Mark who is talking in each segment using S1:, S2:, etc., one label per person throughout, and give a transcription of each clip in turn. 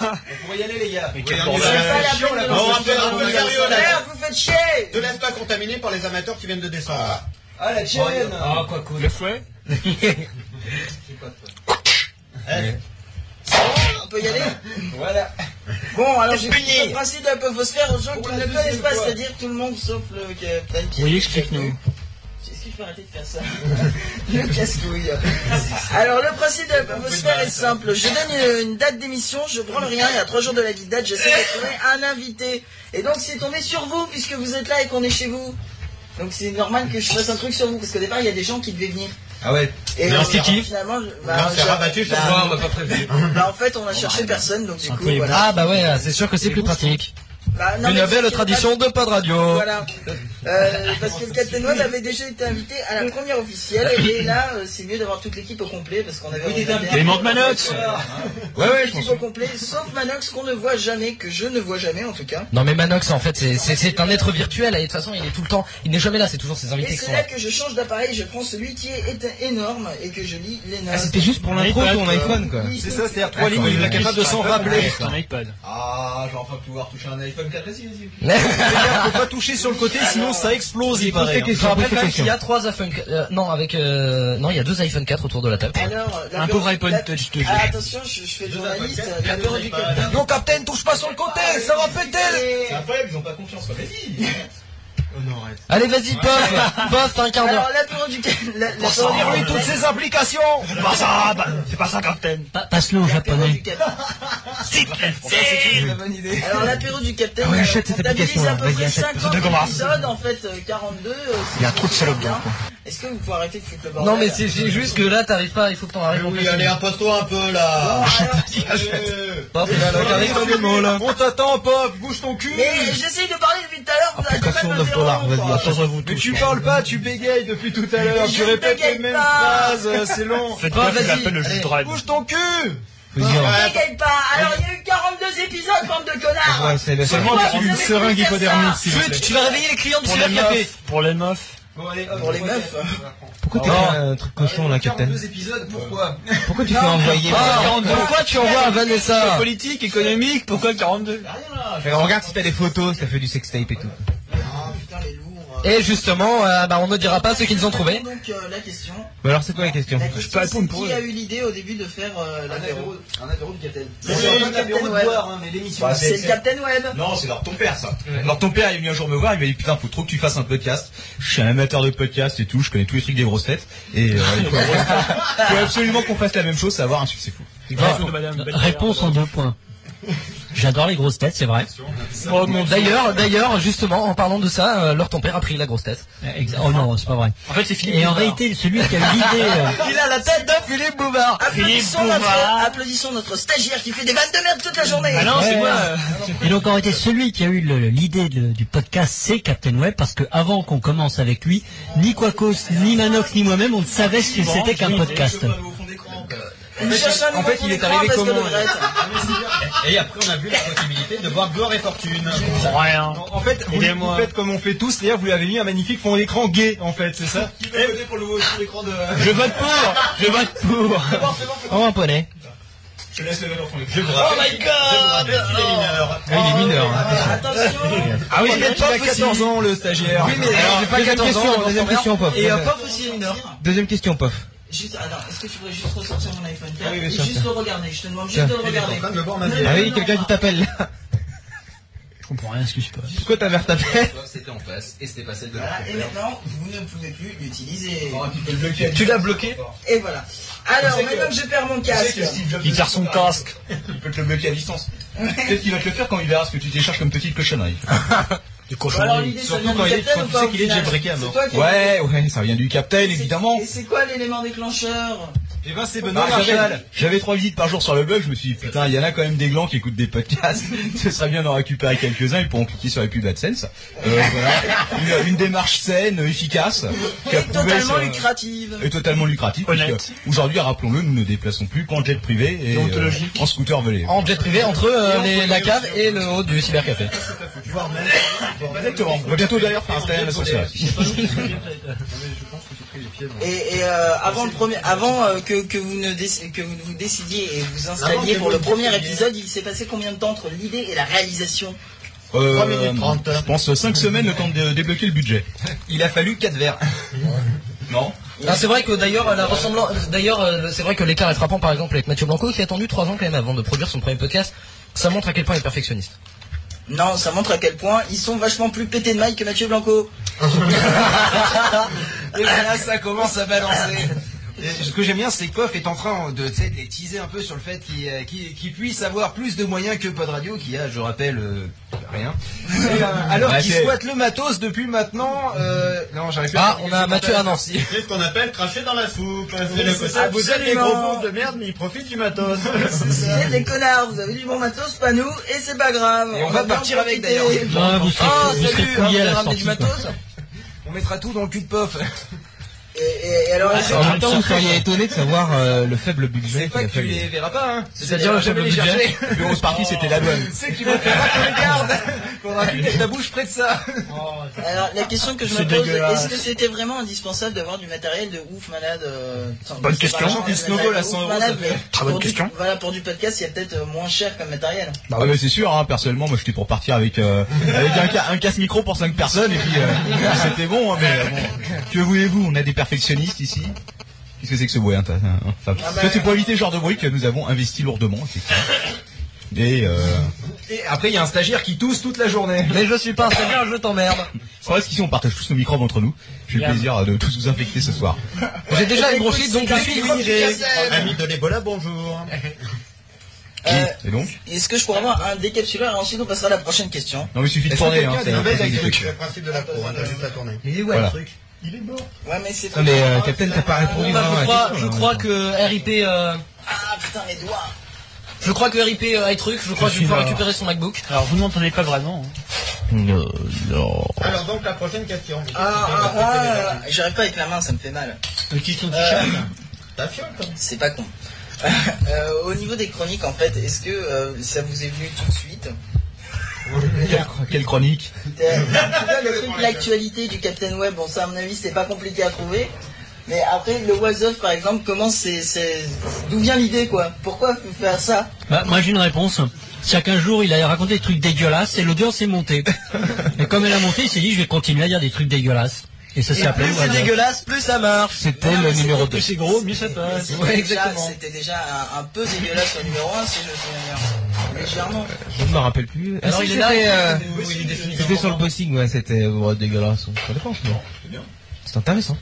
S1: On va y aller, les gars.
S2: Mais
S1: Ouais,
S2: quel
S1: on y va.
S2: bordel. C'est pas la
S1: Chiant,
S3: peine
S1: là,
S3: de
S1: parce
S2: nous
S1: que
S2: faire
S1: c'est
S2: un
S1: un peu
S2: peu
S1: sérieux, là.
S3: Merde, vous faites chier
S1: Te laisse pas contaminer par les amateurs qui viennent de descendre. Ah, la tienne
S2: Ah, quoi cool. Le fouet
S3: On peut y aller
S1: Voilà.
S3: Bon, alors j'ai
S1: T'es
S3: expliqué
S1: puni.
S3: le principe de la phosphere aux gens
S1: Pour
S3: qui
S1: la
S3: ne
S1: deuxième
S3: connaissent pas,
S1: fois.
S3: c'est-à-dire tout le monde sauf le capitaine qui-
S2: Oui, explique-nous.
S3: Est-ce qu'il faut arrêter de faire ça Le casse-couille. Alors, le principe de la phosphere est simple. Je donne une, une date d'émission, je prends le rien, et à trois jours de la date, j'essaie de trouver un invité. Et donc, c'est tombé sur vous, puisque vous êtes là et qu'on est chez vous. Donc, c'est normal que je fasse un truc sur vous, parce qu'au départ, il y a des gens qui devaient venir.
S1: Ah ouais.
S3: Et
S2: Mais on
S3: euh,
S2: s'est qui
S3: Finalement, je-
S1: Là, on s'est
S3: j'ai-
S1: rabattu sur
S3: bah,
S1: moi.
S2: m'a pas prévu.
S3: bah, en fait,
S4: Oh,
S3: on a cherché personne, donc du coup, voilà.
S4: Ah bah ouais, c'est sûr que c'est plus pratique.
S3: Bah, non, mais
S4: Une
S3: vous
S4: belle
S3: inquiétez pas,
S4: tradition de pas de radio.
S3: Voilà. Euh, parce que le Captain One avait déjà été invité à la première officielle et là euh, c'est mieux d'avoir toute l'équipe au complet parce qu'on avait.
S1: Oui, t'es
S3: on avait
S1: invité.
S3: un-
S2: Il manque Manox
S4: Ouais ouais, je
S3: L'équipe au complet, sauf Manox qu'on ne voit jamais, que je ne vois jamais en tout cas.
S4: Non mais Manox en fait c'est- c'est c'est un être virtuel et de toute façon il est tout le temps, il n'est jamais là, c'est toujours ses
S3: Et
S4: invités qui
S3: c'est
S4: sont
S3: là
S4: là.
S3: que je change d'appareil, je prends celui qui est éte- énorme et que je lis les notes.
S4: juste pour l'intro ton iPhone quoi.
S3: Oui,
S5: C'est ça, c'est-à-dire trois
S4: Trois lignes,
S5: lignes.
S4: il est capable de s'en rappeler.
S2: Ton iPad.
S1: Ah, j'aurais enfin pouvoir toucher un iPhone 4 si, si.
S5: Faut pas toucher sur le côté, sinon ça explose, il paraît.
S6: hein.
S4: Je rappelle quand même qu'il y a trois iPhone, euh, non avec, euh, non il y a deux iPhone 4 autour de la table.
S3: Alors, la
S2: Un pauvre
S3: la-
S2: iPod Touch, je te jure.
S3: Ah, attention, je, je fais le journaliste.
S1: iPod,
S3: La
S1: deux
S3: peur du
S1: iPod.
S3: Captain.
S4: Non Captain, touche pas sur le côté, ça va péter.
S1: C'est un problème, ils ont pas confiance. quoi. Mais si Oh non, arrête.
S4: Allez vas-y pof, pof t'as un quart d'heure.
S3: Alors, l'apéro du Captain.
S5: Dire-lui toutes ses implications C'est pas ça, bah, c'est pas ça, Captain
S4: Passe-le en
S3: du Captain.
S5: C'est
S3: Alors l'apéro du capitaine,
S4: Ouais,
S3: euh,
S4: achète cette application,
S3: comptabilise à peu
S4: vas-y,
S3: près
S4: achète.
S3: 50
S5: C'est de Gomard.
S3: épisodes, en fait euh, 42. euh,
S5: Il y a
S3: c'est
S5: trop de salopes
S3: bien.
S5: dedans, quoi.
S3: Est-ce que vous pouvez arrêter de foutre le bordel
S4: Non mais c'est c'est juste que là t'arrives pas, il faut que t'en arrives. au
S1: Oui,
S4: plus.
S1: allez, impose-toi un peu là.
S3: euh,
S4: Pof, là, là, t'arrives dans des mots là.
S5: On t'attend, pop, bouge ton cul
S3: Mais j'essaye de parler depuis tout à l'heure, vous arrêtez pas de me faire rond, quoi.
S4: à vous
S5: Mais tu parles pas, tu bégayes depuis tout à l'heure,
S3: Mais
S5: tu
S3: je
S5: répètes
S3: bégaye
S5: les mêmes
S3: pas.
S5: phrases, euh, c'est long
S2: Faites
S4: Bah,
S2: gaffe, il
S4: vas-y,
S2: appelle le
S4: allez.
S2: Judrad.
S5: Bouge ton cul
S3: Ne dégaine pas Alors il y a eu 42 épisodes, bande de connards
S5: Seulement
S3: Ouais,
S5: pour
S3: vous
S5: une
S3: avez
S5: seringue
S3: pu faire
S5: hypodermique,
S3: ça.
S5: s'il vous plaît.
S4: Tu vas réveiller les clients du
S2: Pour les
S4: cybercafé.
S2: meufs. Pour les meufs.
S1: Bon, allez, hop,
S3: Pour les
S1: on va
S3: meufs, hein.
S1: faire.
S6: Pourquoi t'as
S4: Non.
S6: fait un truc cochon là, Captain
S1: 42 épisodes, pourquoi
S6: Pourquoi tu fais envoyer
S4: Ah, pourquoi tu envoies à Vanessa
S5: Politique, économique, pourquoi 42
S4: Ah,
S6: Regarde si t'as des photos, si t'as fait du sextape et tout.
S3: Ah putain les lourds
S4: Et justement, euh, bah, on ne dira pas ce qu'ils ont trouvé.
S3: Donc euh, la question,
S6: Bah alors c'est quoi la question
S3: la question
S5: répondre
S3: c'est
S5: pour
S3: qui
S5: eux.
S3: a eu l'idée au début de faire euh,
S1: Un apéro,
S3: l'apéro
S1: un apéro de Captain.
S3: C'est
S1: C'est
S3: le
S1: un apéro
S3: Captain
S1: de
S3: Web.
S1: boire, hein, mais l'émission.
S3: Bah, C'est le Captain Web
S1: Non, c'est leur ton père, ça. Alors, ton père, il est venu un jour me voir, il m'a dit, putain, faut trop que tu fasses un podcast. Je suis un amateur de podcast et tout, je connais tous les trucs des grosses têtes. Et, euh, il faut, faut absolument qu'on fasse la même chose, ça va avoir un succès fou.
S2: de Madame Belle-
S4: Bah, euh, en deux points. J'adore les grosses têtes, c'est vrai. D'ailleurs, d'ailleurs, justement, en parlant de ça, euh, leur ton père a pris la grosse tête.
S6: Eh,
S4: Oh non, c'est pas vrai.
S2: En fait, c'est Philippe.
S4: Et en
S2: Bouvard.
S4: réalité, celui qui a eu l'idée, euh,
S3: Il a la tête de Philippe Bouvard Applaudissons
S2: Philippe Bouvard.
S3: notre, applaudissons notre stagiaire qui fait des vannes de merde toute la journée
S2: Ah non, c'est
S4: Ouais.
S2: moi.
S7: Et donc en réalité, celui qui a eu le- l'idée de- du podcast, c'est Captain Web, parce que avant qu'on commence avec lui, ni Quacos, ni Manox, ni moi-même, on ne savait ce que c'était qu'un podcast.
S5: euh,
S3: On cherche un
S6: en
S3: nouveau
S6: fait,
S3: fond
S6: il est
S3: d'écran
S6: arrivé
S3: parce que
S6: comment,
S3: le
S6: là
S3: Brett-
S5: ah,
S1: Et après, on a vu la possibilité de boire gloire et fortune.
S2: Pour rien.
S5: Non, En fait, vous,
S2: Aidez-moi.
S5: vous faites comme on fait tous, c'est-à-dire vous lui avez mis un magnifique fond d'écran gay, en fait, c'est ça Eh.
S1: Qui veut voter pour le sur l'écran de...
S2: Je vote pour. Je vote pour.
S4: oh, un poney.
S1: Je laisse le dans Je vous rappelle. Oh my god! Je vous rappelle qu'il est mineur.
S6: Ah, Il est mineur. hein.
S3: Oh, Attention
S5: Ah oui, il
S4: pas
S5: a 14 ans, le stagiaire
S6: Oui, mais j'ai pas 14 ans, deuxième question, Pof.
S3: Et euh, pas aussi mineur.
S6: Deuxième question, Pof.
S3: Juste, attends, est-ce que tu pourrais juste ressortir mon iPhone 4
S6: Ah oui, bien
S3: et
S6: sûr.
S3: juste le regarder Je te demande juste
S6: Tiens.
S3: de le regarder.
S1: de boire
S3: ma bière.
S6: Ah oui, quelqu'un qui t'appelle là.
S2: Je comprends rien à ce qui se passe.
S6: Pourquoi ta mère t'appelle
S1: C'était en face, et c'était pas celle de
S3: Voilà, Ah, et maintenant, vous ne pouvez plus l'utiliser.
S1: tu peux le bloquer.
S6: Tu l'as bloqué
S3: Et voilà. Alors,
S1: Ah Tu sais
S3: maintenant que,
S1: que-
S3: je perds mon
S1: Tu sais
S3: casque,
S1: que Steve Jobs
S2: Il
S1: ne
S2: perd
S1: sait
S2: son
S1: pas.
S2: casque.
S1: Il peut te le bloquer à distance. Peut-être qu'il va te le faire quand il verra ce que tu décharges comme petite cochonnerie.
S2: Du
S3: Bon, alors l'idée, ça
S1: Surtout
S3: vient
S1: quand
S3: du
S1: il est-
S3: Captain
S1: quand
S3: ou
S1: tu
S3: pas,
S1: sais
S3: au
S1: qu'il est
S3: final
S1: jailbreaké à
S3: C'est
S1: mort.
S3: toi qui-
S1: Ouais, ouais, ça vient du Captain,
S3: c'est-
S1: évidemment.
S3: Et c'est quoi l'élément déclencheur
S5: Eh ben, c'est Benoît
S1: Bah, j'avais-
S5: Marchal
S1: J'avais trois visites par jour sur le blog, je me suis dit putain, il y en a quand même des glands qui écoutent des podcasts. Ce serait bien d'en récupérer quelques-uns, ils pourront cliquer sur les pubs AdSense. Euh, voilà. une, une démarche saine, efficace, qui a
S3: Et
S1: prouvé
S3: totalement
S1: sur-
S3: lucrative.
S1: et totalement lucrative.
S2: Honnête.
S1: puisque Aujourd'hui, rappelons-le, nous ne déplaçons plus qu'en jet privé et euh, en scooter volé.
S4: En jet privé, entre euh, les- la cave et le haut du cybercafé.
S1: Exactement. On va bientôt d'ailleurs faire un stage à la sorcière.
S3: Et, et, euh, avant le premier, avant euh, que, que vous ne déc- que vous, vous décidiez et vous installiez pour le premier épisode, il s'est passé combien de temps entre l'idée et la réalisation
S1: Euh,
S8: 3 minutes 30.
S1: Je pense 5 semaines le temps de débloquer le budget.
S5: Il a fallu 4 verres.
S1: Non
S4: Ah, c'est vrai que d'ailleurs, la ressemblance, d'ailleurs, euh, c'est vrai que l'écart est frappant, par exemple, avec Mathieu Blanco, qui a attendu trois ans quand même avant de produire son premier podcast. Ça montre à quel point il est perfectionniste.
S3: Non, ça montre à quel point ils sont vachement plus pétés de maille que Mathieu Blanco.
S5: Et là, ça commence à balancer. Et Ce que j'aime bien, c'est que Poff est en train de, tu sais, de les teaser un peu sur le fait qu'il euh, qu'il- qu'il puisse avoir plus de moyens que Pod Radio, qui a, je rappelle, euh, rien. Et, euh, alors
S1: Ouais,
S5: qu'il
S1: c'est-
S5: squatte le matos depuis maintenant. euh, Non, j'arrive plus à
S4: Ah,
S5: terminer
S4: on a
S5: le
S4: Mathieu
S5: montage.
S4: à Nancy.
S9: C'est ce qu'on appelle cracher dans la soupe. C'est le côté,
S3: ça,
S9: vous êtes des gros
S3: absolument.
S9: pauvres de merde, mais ils profitent du matos.
S3: Vous êtes des connards, vous avez du bon matos, pas nous, et c'est pas grave.
S5: Et on va
S3: bien
S5: partir avec,
S3: profiter.
S5: d'ailleurs.
S7: Non, vous serez,
S3: Oh,
S7: vous serez
S3: salut, hein,
S7: couillés à
S3: vous
S7: la
S3: ramenez
S7: sortie.
S3: du
S7: quoi.
S3: matos
S5: On mettra tout dans le cul de Poff.
S3: Et, et- et alors, est-ce que-
S7: en même
S5: Attends,
S7: temps,
S5: vous
S7: vous seriez
S5: étonné de savoir
S1: euh,
S5: le faible budget C'est pas que tu les verras pas, hein.
S4: C'est-à-dire le
S5: jamais
S4: faible
S5: les
S4: budget.
S5: chercher.
S1: Le grosse partie c'était la douane.
S5: Tu sais que tu vas faire qu'on les garde. Faudra plus mettre ta bouche près de ça.
S3: alors, la question que je me
S10: C'est
S3: pose,
S10: dégueulasse.
S3: est-ce que c'était vraiment indispensable d'avoir du matériel de ouf malade euh, sans-
S10: Bonne
S3: c'est
S10: question.
S3: pas vraiment
S1: Un
S3: du
S1: snowball
S3: matériel
S1: à
S3: de ouf
S1: 100 euros,
S3: malade,
S1: ça fait
S3: mais
S10: très bonne
S3: pour du-
S10: question.
S3: Voilà, pour du podcast, il y a peut-être euh, moins cher comme matériel.
S1: Bah ouais, mais c'est sûr, hein, personnellement, moi j'étais pour partir avec, euh, avec un, ca- un casse-micro pour 5 personnes et puis euh, c'était bon, hein, mais euh, bon. Que voulez-vous On a des perfectionnistes ici Qu'est-ce que c'est que ce bruit hein, t'as- hein, enfin,
S3: Ah bah,
S1: ça, C'est
S5: euh,
S1: pour éviter ce genre de bruit que nous avons investi lourdement, effectivement. Et euh,
S5: Et après, il y a un stagiaire qui tousse toute la journée.
S4: Mais je suis pas un stagiaire, je t'emmerde.
S1: c'est vrai qu'ici on partage tous nos microbes entre nous. J'ai le plaisir euh, de tous vous infecter ce soir.
S4: J'ai déjà une bronchite, donc je suis immunisé.
S9: Amis de l'Ebola, bonjour.
S3: Euh,
S1: Et donc
S3: Est-ce que je pourrais avoir un décapsuleur et ensuite on passera à la prochaine question
S1: Non mais il suffit de
S5: Est-ce que
S1: tourner.
S5: quelqu'un
S1: Hein,
S5: a
S1: c'est-
S5: des nouvelles
S1: c'est des
S9: C'est
S1: trucs.
S9: le principe de la cour, hein, t'as juste à tourner.
S5: Il est où
S1: Voilà.
S5: truc
S3: Ouais, mais c'est.
S5: Non, mais euh, Captain, t'as pas répondu
S4: Bon, bah,
S1: hein,
S5: vraiment à la
S4: je crois,
S5: question,
S4: je
S5: là,
S4: crois
S5: maintenant.
S4: que RIP, euh,
S3: Ah putain, mes doigts
S4: je crois que RIP euh, iTruc, je crois
S10: Je
S4: que je vais
S10: suis
S4: pouvoir
S10: là.
S4: récupérer son MacBook.
S10: Alors, vous n'entendez pas vraiment. hein.
S9: Alors donc, la prochaine question.
S3: Ah, ah, ah, J'arrive pas avec la main, ça me fait mal.
S10: Le question du
S3: Euh,
S10: chat.
S9: T'as fiole, toi.
S3: C'est pas con. Euh, au niveau des chroniques, en fait, est-ce que euh, ça vous est venu tout de suite
S1: Quelle, quelle chronique
S3: Euh, Le truc de l'actualité du Captain Web, bon, ça, à mon avis, c'était pas compliqué à trouver. Mais après, le was of, par exemple, comment c'est. c'est- D'où vient l'idée, quoi Pourquoi faire ça
S7: Bah, moi j'ai une réponse. C'est qu'un jour il a raconté des trucs dégueulasses et l'audience est montée. et comme elle a monté, il s'est dit je vais continuer à dire des trucs dégueulasses. Et ça s'est appelé. What's Up.
S3: dégueulasse, plus ça marche
S4: C'était
S3: le numéro
S10: Plus c'est gros, mieux ça passe.
S4: Ouais,
S3: Déjà,
S4: exactement.
S3: C'était déjà un, un peu dégueulasse au numéro 1, si je me souviens bien. Légèrement.
S5: Je ne me rappelle plus.
S4: Alors,
S5: si,
S4: il est là,
S5: c'était,
S4: euh,
S5: euh, C'était sur le bossing, ouais, c'était euh, ouais, dégueulasse. Ça dépend, mais- C'est intéressant.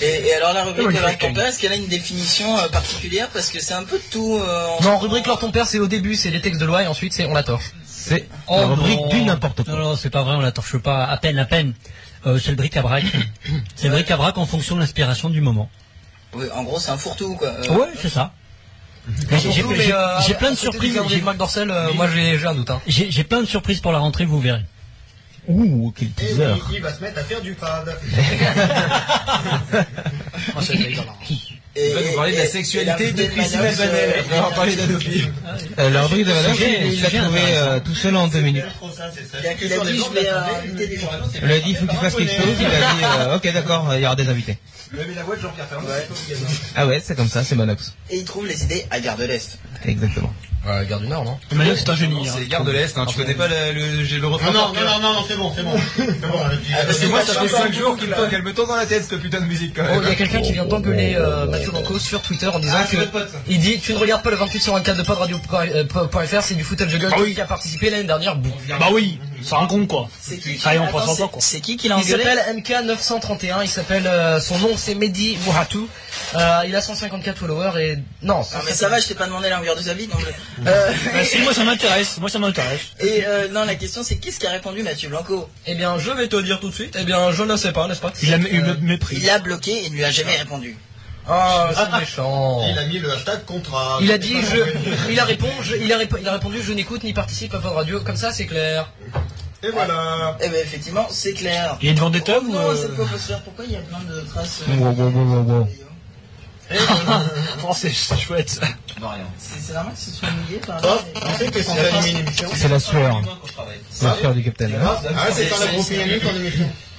S3: Et, et alors, la rubrique de leur compère, est-ce qu'elle a une définition euh, particulière Parce que c'est un peu de tout. euh, en-
S4: Non, rubrique leur ton père, c'est au début, c'est les textes de loi et ensuite c'est on la torche.
S5: C'est
S7: Oh,
S5: la rubrique
S7: non.
S5: du n'importe quoi.
S7: Non, non, c'est pas vrai, on la torche pas. À peine, à peine. Euh, c'est le bric-à-brac. c'est le bric-à-brac en fonction de l'inspiration du moment.
S3: Oui, en gros, c'est un fourre-tout, quoi. Euh,
S7: Ouais, c'est ça. Mais j'ai- j'ai-
S4: Surtout, mais,
S7: j'ai-
S4: euh,
S7: J'ai plein
S4: à
S7: de
S4: côté
S7: surprises.
S4: du calendrier
S7: j'ai-
S4: de Marc Dorcel, euh, moi j'ai j'ai un doute. Hein.
S7: J'ai j'ai plein de surprises pour la rentrée, vous verrez.
S5: Ouh, quel
S9: Et
S11: Eh
S9: oui, il va se mettre à faire du crade.
S4: Ah, c'est dégueulasse.
S3: Et,
S5: Il va nous parler de la sexualité de Christine Albanel. On
S3: euh,
S5: va en parler d'adoption.
S1: Euh,
S5: La rubrique de Madame,
S7: sujet-
S5: il l'a
S7: sujet
S5: trouvé
S7: intéressant.
S5: euh, tout seul en deux minutes.
S9: trop ça, c'est ça.
S3: Il a- il a
S9: Sur les
S3: dit,
S9: bancs
S3: je
S9: de
S3: vais,
S9: l'Assemblée,
S3: euh, inviter des gens.
S9: journaux, c'est
S5: Il a dit, il faut
S9: par
S5: qu'il
S9: un
S5: fasse quelque
S9: poney.
S5: chose. Il a dit, euh, ok, d'accord, il y aura des invités.
S9: Ouais, mais la voix de Jean-Pierre Ferrand, c'est pas égal, hein.
S5: Ah ouais, c'est comme ça, c'est Manox.
S3: et il trouve les idées à Gare de l'Est.
S1: Ah,
S5: Exactement.
S4: Ouais, Gare du Nord, non
S10: Manox, c'est un génie. hein.
S5: Gare de l'Est, tu connais pas le, le, le
S9: Non, non, non, non, non, non, c'est bon, c'est bon. C'est bon,
S3: Ah, parce que
S5: Moi, ça fait
S3: Chantal
S5: 5 jours qu'il me- qu'elle me tourne dans la tête, cette putain de musique, quand
S4: Oh,
S5: même.
S4: il y a quelqu'un qui vient d'engueuler euh, Mathieu Blanco sur Twitter en disant
S5: Oh, Ah, c'est
S4: que.
S5: votre pote, ça.
S4: Il dit Tu ne regardes pas le 28 sur 24 de euh, podradio.fr, c'est du footage de gueule
S10: Ah oui.
S4: qui a participé l'année dernière. Boum.
S10: Bah oui, c'est un con quoi.
S3: C'est qui
S10: Ah, et on
S3: Attends,
S10: pense
S3: c'est-
S10: encore, quoi.
S3: C'est qui qui l'a
S4: Il
S3: engueulé
S4: s'appelle MK931, il s'appelle. euh, son nom c'est Mehdi Mouratou. Euh, il a 154 followers et. Non,
S3: Non
S4: 154.
S3: mais ça va, je t'ai pas demandé la longueur de sa vie. non, mais- Euh,
S10: Bah, si, moi ça m'intéresse, moi ça m'intéresse.
S3: et euh, non, la question c'est qu'est-ce qui a répondu Mathieu Blanco
S4: Eh bien, je vais te dire tout de suite, eh bien, je ne sais pas, n'est-ce pas
S10: Il a eu
S4: Euh,
S10: le mépris.
S3: Il l'a bloqué et ne lui a jamais répondu.
S4: Oh, c'est méchant.
S9: Il a mis le hashtag contrat.
S4: Il a dit, je, il a répondu, il a, répo- il a répondu, je n'écoute ni participe à Pod Radio, comme ça c'est clair.
S9: Et voilà.
S3: Eh ben effectivement, c'est clair.
S10: Il est devant des
S3: Oh,
S10: tomes ou.
S3: non,
S10: euh,
S3: c'est pas possible. Pourquoi il y a plein de traces euh, Eh,
S10: Oh, c'est c'est chouette.
S3: C'est c'est normal que ce soit mouillé par
S9: Oh,
S3: là. et-
S9: tu sais que c'est la mini émission.
S5: C'est la sueur. C'est la sueur du
S9: Ah,
S5: capitaine. hein.
S9: c'est quand la grosse mini émission.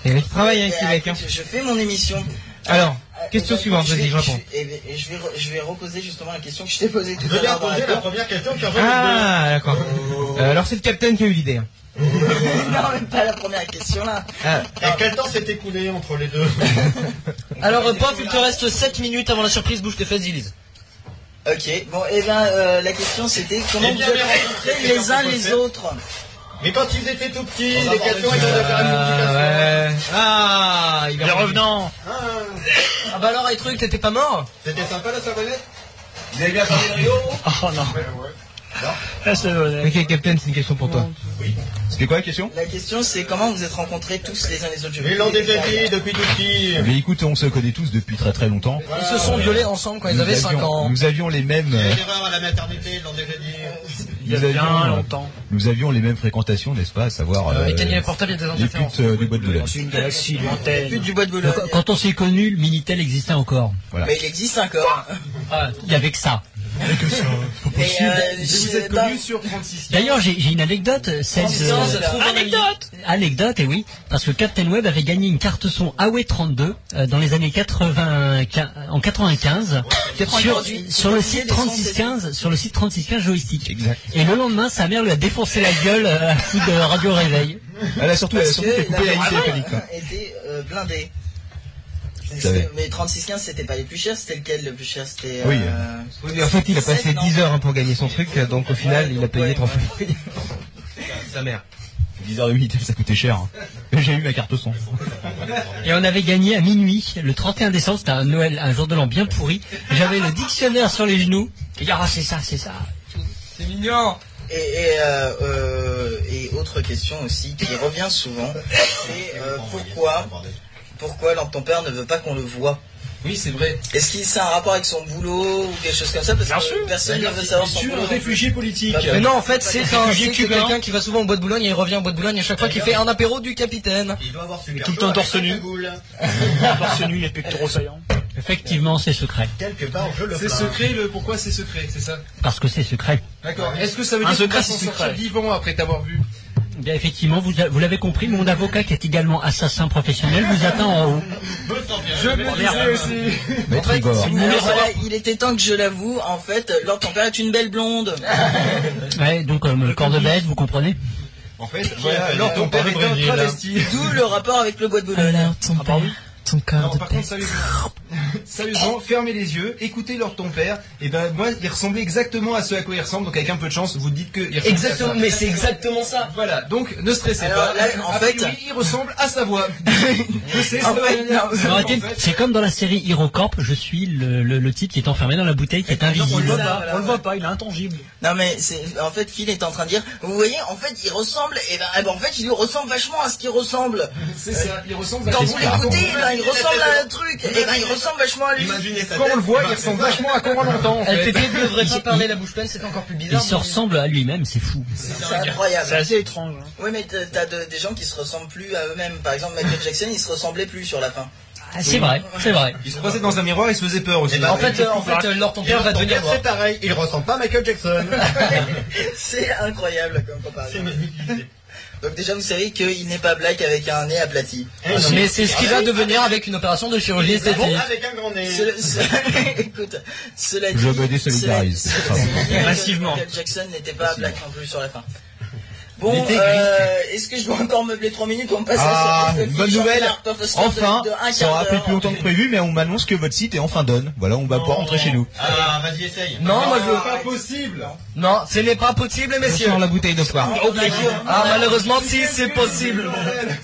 S5: Et il travaille avec
S3: Eh,
S5: ce mec, hein.
S3: écoute, Je fais mon émission.
S4: Alors, question
S3: Euh,
S4: suivante,
S3: je vais-
S4: vas-y,
S3: je
S4: réponds.
S3: vais- eh bien, Je vais, re- je vais reposer justement la question que je t'ai posée tout
S11: Je
S3: à
S11: viens
S3: l'heure. dans
S11: poser
S3: la
S11: la
S3: cour.
S11: première question qui en fait les
S4: Ah, d'accord. Euh, alors c'est le capitaine qui a eu l'idée.
S3: non, même pas la première question là.
S11: deux. Et quel temps s'est écoulé entre les deux
S7: Alors, euh, Pof, il te reste 7 minutes avant la surprise bouche tes fesses, Elise.
S3: Ok, bon, et bien euh, la question c'était comment
S11: Eh
S3: vous
S11: bien,
S3: avez
S11: les
S3: rencontré
S11: rencontres,
S3: les uns
S11: c'est
S3: les
S11: parfait.
S3: autres
S11: Mais quand ils étaient tout petits, les questions, ils devaient faire une multiplication.
S4: Ah, ouais. Ah, il
S12: Les
S4: est revenu.
S12: revenants.
S11: Ah,
S4: Ah bah alors, les trucs, t'étais pas mort
S11: C'était sympa la savonnette
S5: Vous avez bien parlé de Rio
S12: Oh non. Ah, c'est vrai.
S4: Ok, Captain, c'est une question pour toi.
S1: C'était quoi la question
S3: La question c'est comment vous êtes rencontrés tous les uns les autres Je vais
S11: Ils l'ont
S3: vous les
S11: déjà
S3: faire.
S11: dit depuis tout petit.
S1: Mais écoute, on se connaît tous depuis très très longtemps.
S11: Voilà.
S4: Ils se sont violés ensemble quand ils
S1: Nous
S4: avaient
S1: avions-
S4: 5 ans.
S1: Nous avions les mêmes.
S11: Il y
S1: euh,
S11: a une erreur à la maternité, ils l'ont déjà dit.
S12: Il y a
S1: nous avions,
S12: bien
S1: euh,
S12: longtemps.
S1: Nous avions les mêmes fréquentations, n'est-ce pas À savoir. euh,
S4: Euh, Mécanique portable, il y a des
S1: les
S4: interférences.
S1: putes euh, du bois de Boulogne.
S12: C'est une galaxie lointaine.
S3: Plus du bois de Boulogne.
S7: Quand- Quand on s'est connus, le Minitel existait encore.
S1: Voilà.
S3: Mais il existe encore. hein.
S4: Ah,
S7: Il y avait que ça.
S3: Mais euh,
S5: Vous
S3: je-
S5: êtes
S3: dans-
S5: connu sur 36.
S7: D'ailleurs, j'ai j'ai une anecdote. euh, Celle de...
S3: Anecdote
S7: Anecdote, et oui, parce que Captain Web avait gagné une carte son Huawei 32 euh, dans les années 80, en 95 sur, sur le site 3615 sur le site 3615 joystick.
S1: Exact.
S7: Et le lendemain, sa mère lui a défoncé la gueule euh, à coup de radio réveil.
S1: Elle a Ah, surtout, elle a
S3: Parce
S1: surtout fait
S3: que
S1: couper la ligne téléphonique. quoi.
S3: la était euh, blindée.
S1: savais.
S3: Mais 3615 c'était pas les plus chers, c'était lequel le plus cher C'était.
S1: Oui.
S3: euh,
S4: Oui, mais en fait, il a passé
S3: 17, non
S4: 10 heures hein, pour gagner son truc, euh, donc au final,
S3: Ouais,
S4: il a
S3: donc, ouais,
S4: payé 3 fois.
S5: Sa mère.
S1: 10 heures de Minitel, ça coûtait cher. hein. Mais J'ai eu ma carte son.
S7: Et on avait gagné à minuit, le 31 décembre, c'était un Noël, un jour de l'an bien pourri. J'avais le dictionnaire sur les genoux. Et il dit, ah, c'est ça, c'est ça.
S4: C'est mignon
S3: Et, et, euh, euh, et autre question aussi qui revient souvent, c'est euh, pourquoi, pourquoi l'homme ton père ne veut pas qu'on le voit
S5: Oui, c'est vrai.
S3: Est-ce qu'il ça a un rapport avec son boulot ou quelque chose comme ça Parce que personne ne veut savoir son
S5: Tu es
S3: boulot.
S5: un réfugié politique.
S3: Bah,
S4: Mais non, en fait, c'est un-
S12: réfugié
S4: c'est que
S12: cubain.
S4: quelqu'un qui va souvent au bois de Boulogne et il revient au bois de Boulogne à chaque fois qu'il fait un apéro du capitaine.
S11: Il doit avoir super
S12: tout le
S11: chaud
S12: temps
S11: avec
S12: torse
S11: sa
S12: nu.
S11: cagoule.
S12: Torse nu, les pectoraux saillants.
S7: Effectivement, c'est secret.
S11: Quelque part, je le
S5: C'est
S11: plains.
S5: secret, le pourquoi c'est secret, c'est ça
S7: Parce que c'est secret.
S5: D'accord. Est-ce que ça veut
S12: Un
S5: dire que tu
S12: secret,
S5: vas
S12: c'est
S5: s'en sortir
S12: secret.
S5: vivant après t'avoir vu
S7: Eh Bien, effectivement, vous, a- vous l'avez compris, mon avocat qui est également assassin professionnel vous attend en haut.
S4: Euh,
S5: Je me disais aussi.
S1: Maître Igor.
S3: Alors voilà, il était temps que je l'avoue, en fait, Lord ton père est une belle blonde.
S7: Ouais, donc euh, le corps de bête, vous comprenez
S5: En fait,
S11: voilà,
S5: alors ton père est un
S11: Brésil, là.
S5: travesti.
S3: D'où le rapport avec le bois de Boulogne.
S7: ton ton corps
S5: Non, par contre, sérieusement, sérieusement, fermez les yeux, écoutez leur ton père. Et ben moi, il ressemblait exactement à ce à quoi il ressemble. Donc avec un peu de chance, vous dites que il ressemble à ça.
S4: mais c'est exactement ça.
S5: Voilà. Donc ne stressez pas.
S3: Alors, là, en
S5: A
S3: fait-
S5: priori, il ressemble à sa voix. je sais.
S3: En
S5: ça
S3: fait,
S5: va-
S3: non,
S5: en
S7: Arrêtez,
S5: fait,
S7: c'est comme dans la série HeroCorp, je suis le, le, le type qui est enfermé dans la bouteille qui est
S12: On le voit
S7: invisible.
S12: pas, on le voit pas, il est intangible.
S3: Non mais c'est en fait Phil est en train de dire, vous voyez, en fait, il ressemble, et ben, eh ben, en fait, il lui ressemble vachement à ce qu'il ressemble.
S5: C'est ça. Il ressemble. à
S3: Quand
S5: sa
S3: vous
S5: voix.
S3: l'écoutez, eh ben, il ressemble à un truc, et ben, il ressemble vachement à lui.
S11: Imaginez sa
S5: Quand on
S11: tête.
S5: le voit, il ressemble vachement à Coran longtemps. En fait.
S4: ne devrait pas parler la bouche pleine, c'est encore plus
S7: Il
S4: bizarre.
S7: se ressemble à lui-même, c'est fou.
S3: C'est incroyable.
S12: C'est assez étrange. hein.
S3: Oui, mais t'as- t'as de- des gens qui se ressemblent plus à eux-mêmes. Par exemple, Michael Jackson, il se ressemblait plus sur la fin.
S7: Ah, c'est vrai, c'est vrai.
S5: Il se croisait dans un miroir, il se faisait peur aussi.
S11: Et ben,
S4: En fait, euh, en fait, euh, Lord ton
S11: Et
S4: père va
S11: ton
S4: devenir
S11: père,
S4: mort.
S11: C'est pareil, il ressemble pas à Michael Jackson.
S3: C'est incroyable comme
S11: C'est
S3: comparaison.
S11: magnifique.
S3: Donc déjà, vous savez qu'il n'est pas black avec un nez aplati.
S4: Mais c'est ce qu'il va devenir avec une opération de chirurgie
S11: Bon,
S4: esthétique.
S11: avec un grand nez.
S3: Cela- ce- Écoute, cela dit,
S1: Je me désolidarise.
S3: cela-
S1: Pardon.
S3: cela dit,
S12: Massivement.
S3: Michael Jackson n'était pas black non plus sur la fin. Bon, euh, est-ce que je dois encore meubler 3 minutes pour me passer
S1: Ah,
S3: sur
S1: une bonne nouvelle. Enfin, ça aura pris plus longtemps que prévu, mais on m'annonce que votre site est enfin donne. Voilà, on va pouvoir rentrer chez nous.
S11: Ah, vas-y, essaye.
S4: Non, moi
S5: Ah,
S11: C'est
S4: je.
S11: pas possible.
S4: Non, ce n'est pas possible, messieurs.
S1: la bouteille de soir.
S4: Ah, malheureusement, si, c'est possible.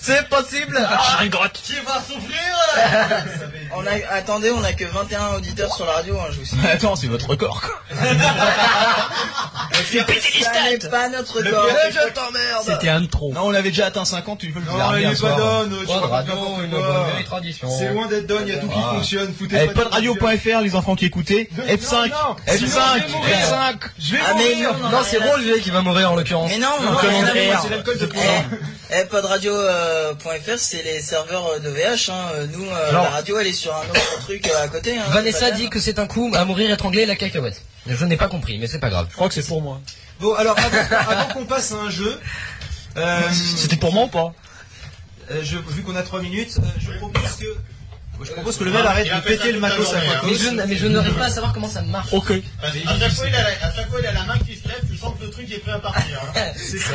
S4: C'est possible.
S12: Cheringrotte.
S11: Tu vas souffrir.
S3: On a, attendez, on a que 21 auditeurs sur la radio, hein, je vous signale.
S1: Attends, c'est votre record. quoi.
S3: Ça n'est pas notre
S11: Le
S3: corps.
S11: piège, je
S3: t'emmerde.
S7: C'était un de trop.
S1: Non, on avait déjà atteint 50, une fois je vous ai
S5: Non, Ah, il
S1: ramené un
S5: est pas
S1: soir.
S5: donne. tu
S4: Bonne
S5: racontes
S4: radio,
S5: n'importe
S4: une
S5: quoi.
S4: bonne vieille tradition.
S5: C'est loin d'être donne, il y a tout qui
S1: Ah.
S5: fonctionne. Foutez pas
S1: Eh,
S5: de
S1: podradio.fr, les enfants qui écoutaient. F5,
S5: Non, non,
S1: F5,
S5: sinon, je vais mourir.
S1: F5.
S5: Je vais
S3: Ah, mais
S5: mourir.
S3: non, non,
S4: Non, c'est
S3: mais-
S4: bon, le vieux qui va mourir en l'occurrence.
S3: Mais non, on
S5: Comment
S3: rien à
S5: dire,
S3: voir.
S5: Ah, c'est l'alcool de poison.
S3: Eh, eh, podradio.fr, c'est les serveurs de VH. Hein. Nous, euh,
S4: Non.
S3: la radio, elle est sur un autre truc euh, à côté. Hein, C'est
S4: Vanessa
S3: pas bien.
S4: dit que c'est un coup à mourir étranglé la cacahuète. Je n'ai pas compris, mais c'est pas grave.
S12: Je crois que c'est pour moi.
S5: Bon, alors avant, avant qu'on passe à un jeu, euh,
S12: C'était pour moi ou pas
S5: euh, je- vu qu'on a 3 minutes, euh, je propose que.
S6: Moi, je propose que le mec arrête de péter le matos à Quacos.
S4: Mais je, n- mais je n'arrive pas à savoir comment ça marche.
S2: Ok. Ah,
S13: À chaque fois, il a la- à chaque fois, il a la main qui se lève, tu sens que le truc est prêt à partir. hein.
S6: C'est ça.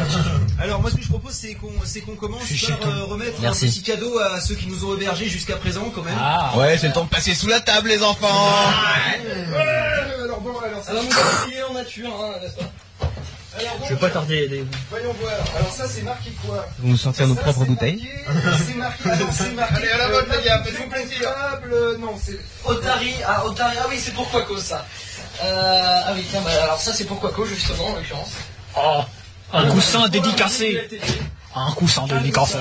S6: Alors moi ce que je propose c'est qu'on c'est qu'on commence par euh, remettre
S4: Merci.
S6: un petit cadeau à ceux qui nous ont hébergés jusqu'à présent quand même.
S4: Ah,
S1: Ouais, c'est le temps de passer sous la table, les enfants.
S6: Euh,
S13: Alors bon, alors
S4: ça
S13: ça,
S4: va nous filer en nature, hein, n'est-ce pas
S13: alors, bon,
S2: Je vais pas tarder. les-
S13: voyons voir. Alors ça, c'est marqué quoi
S4: Vous nous sortir nos
S13: Ça,
S4: propres
S13: c'est
S4: bouteilles.
S13: marqué- euh, C'est marqué, alors c'est marqué.
S5: Allez, à la
S13: euh,
S5: mode, les gars,
S13: non,
S5: faites-vous plaisir.
S13: potable, Non, c'est.
S4: Otari, ah, Otari, ah oui, c'est pour Quaco ça. Euh, ah oui, tiens, bah, alors ça c'est pour Quaco justement en l'occurrence.
S2: Oh, un coussin dédicacé. Un coussin dédicacé.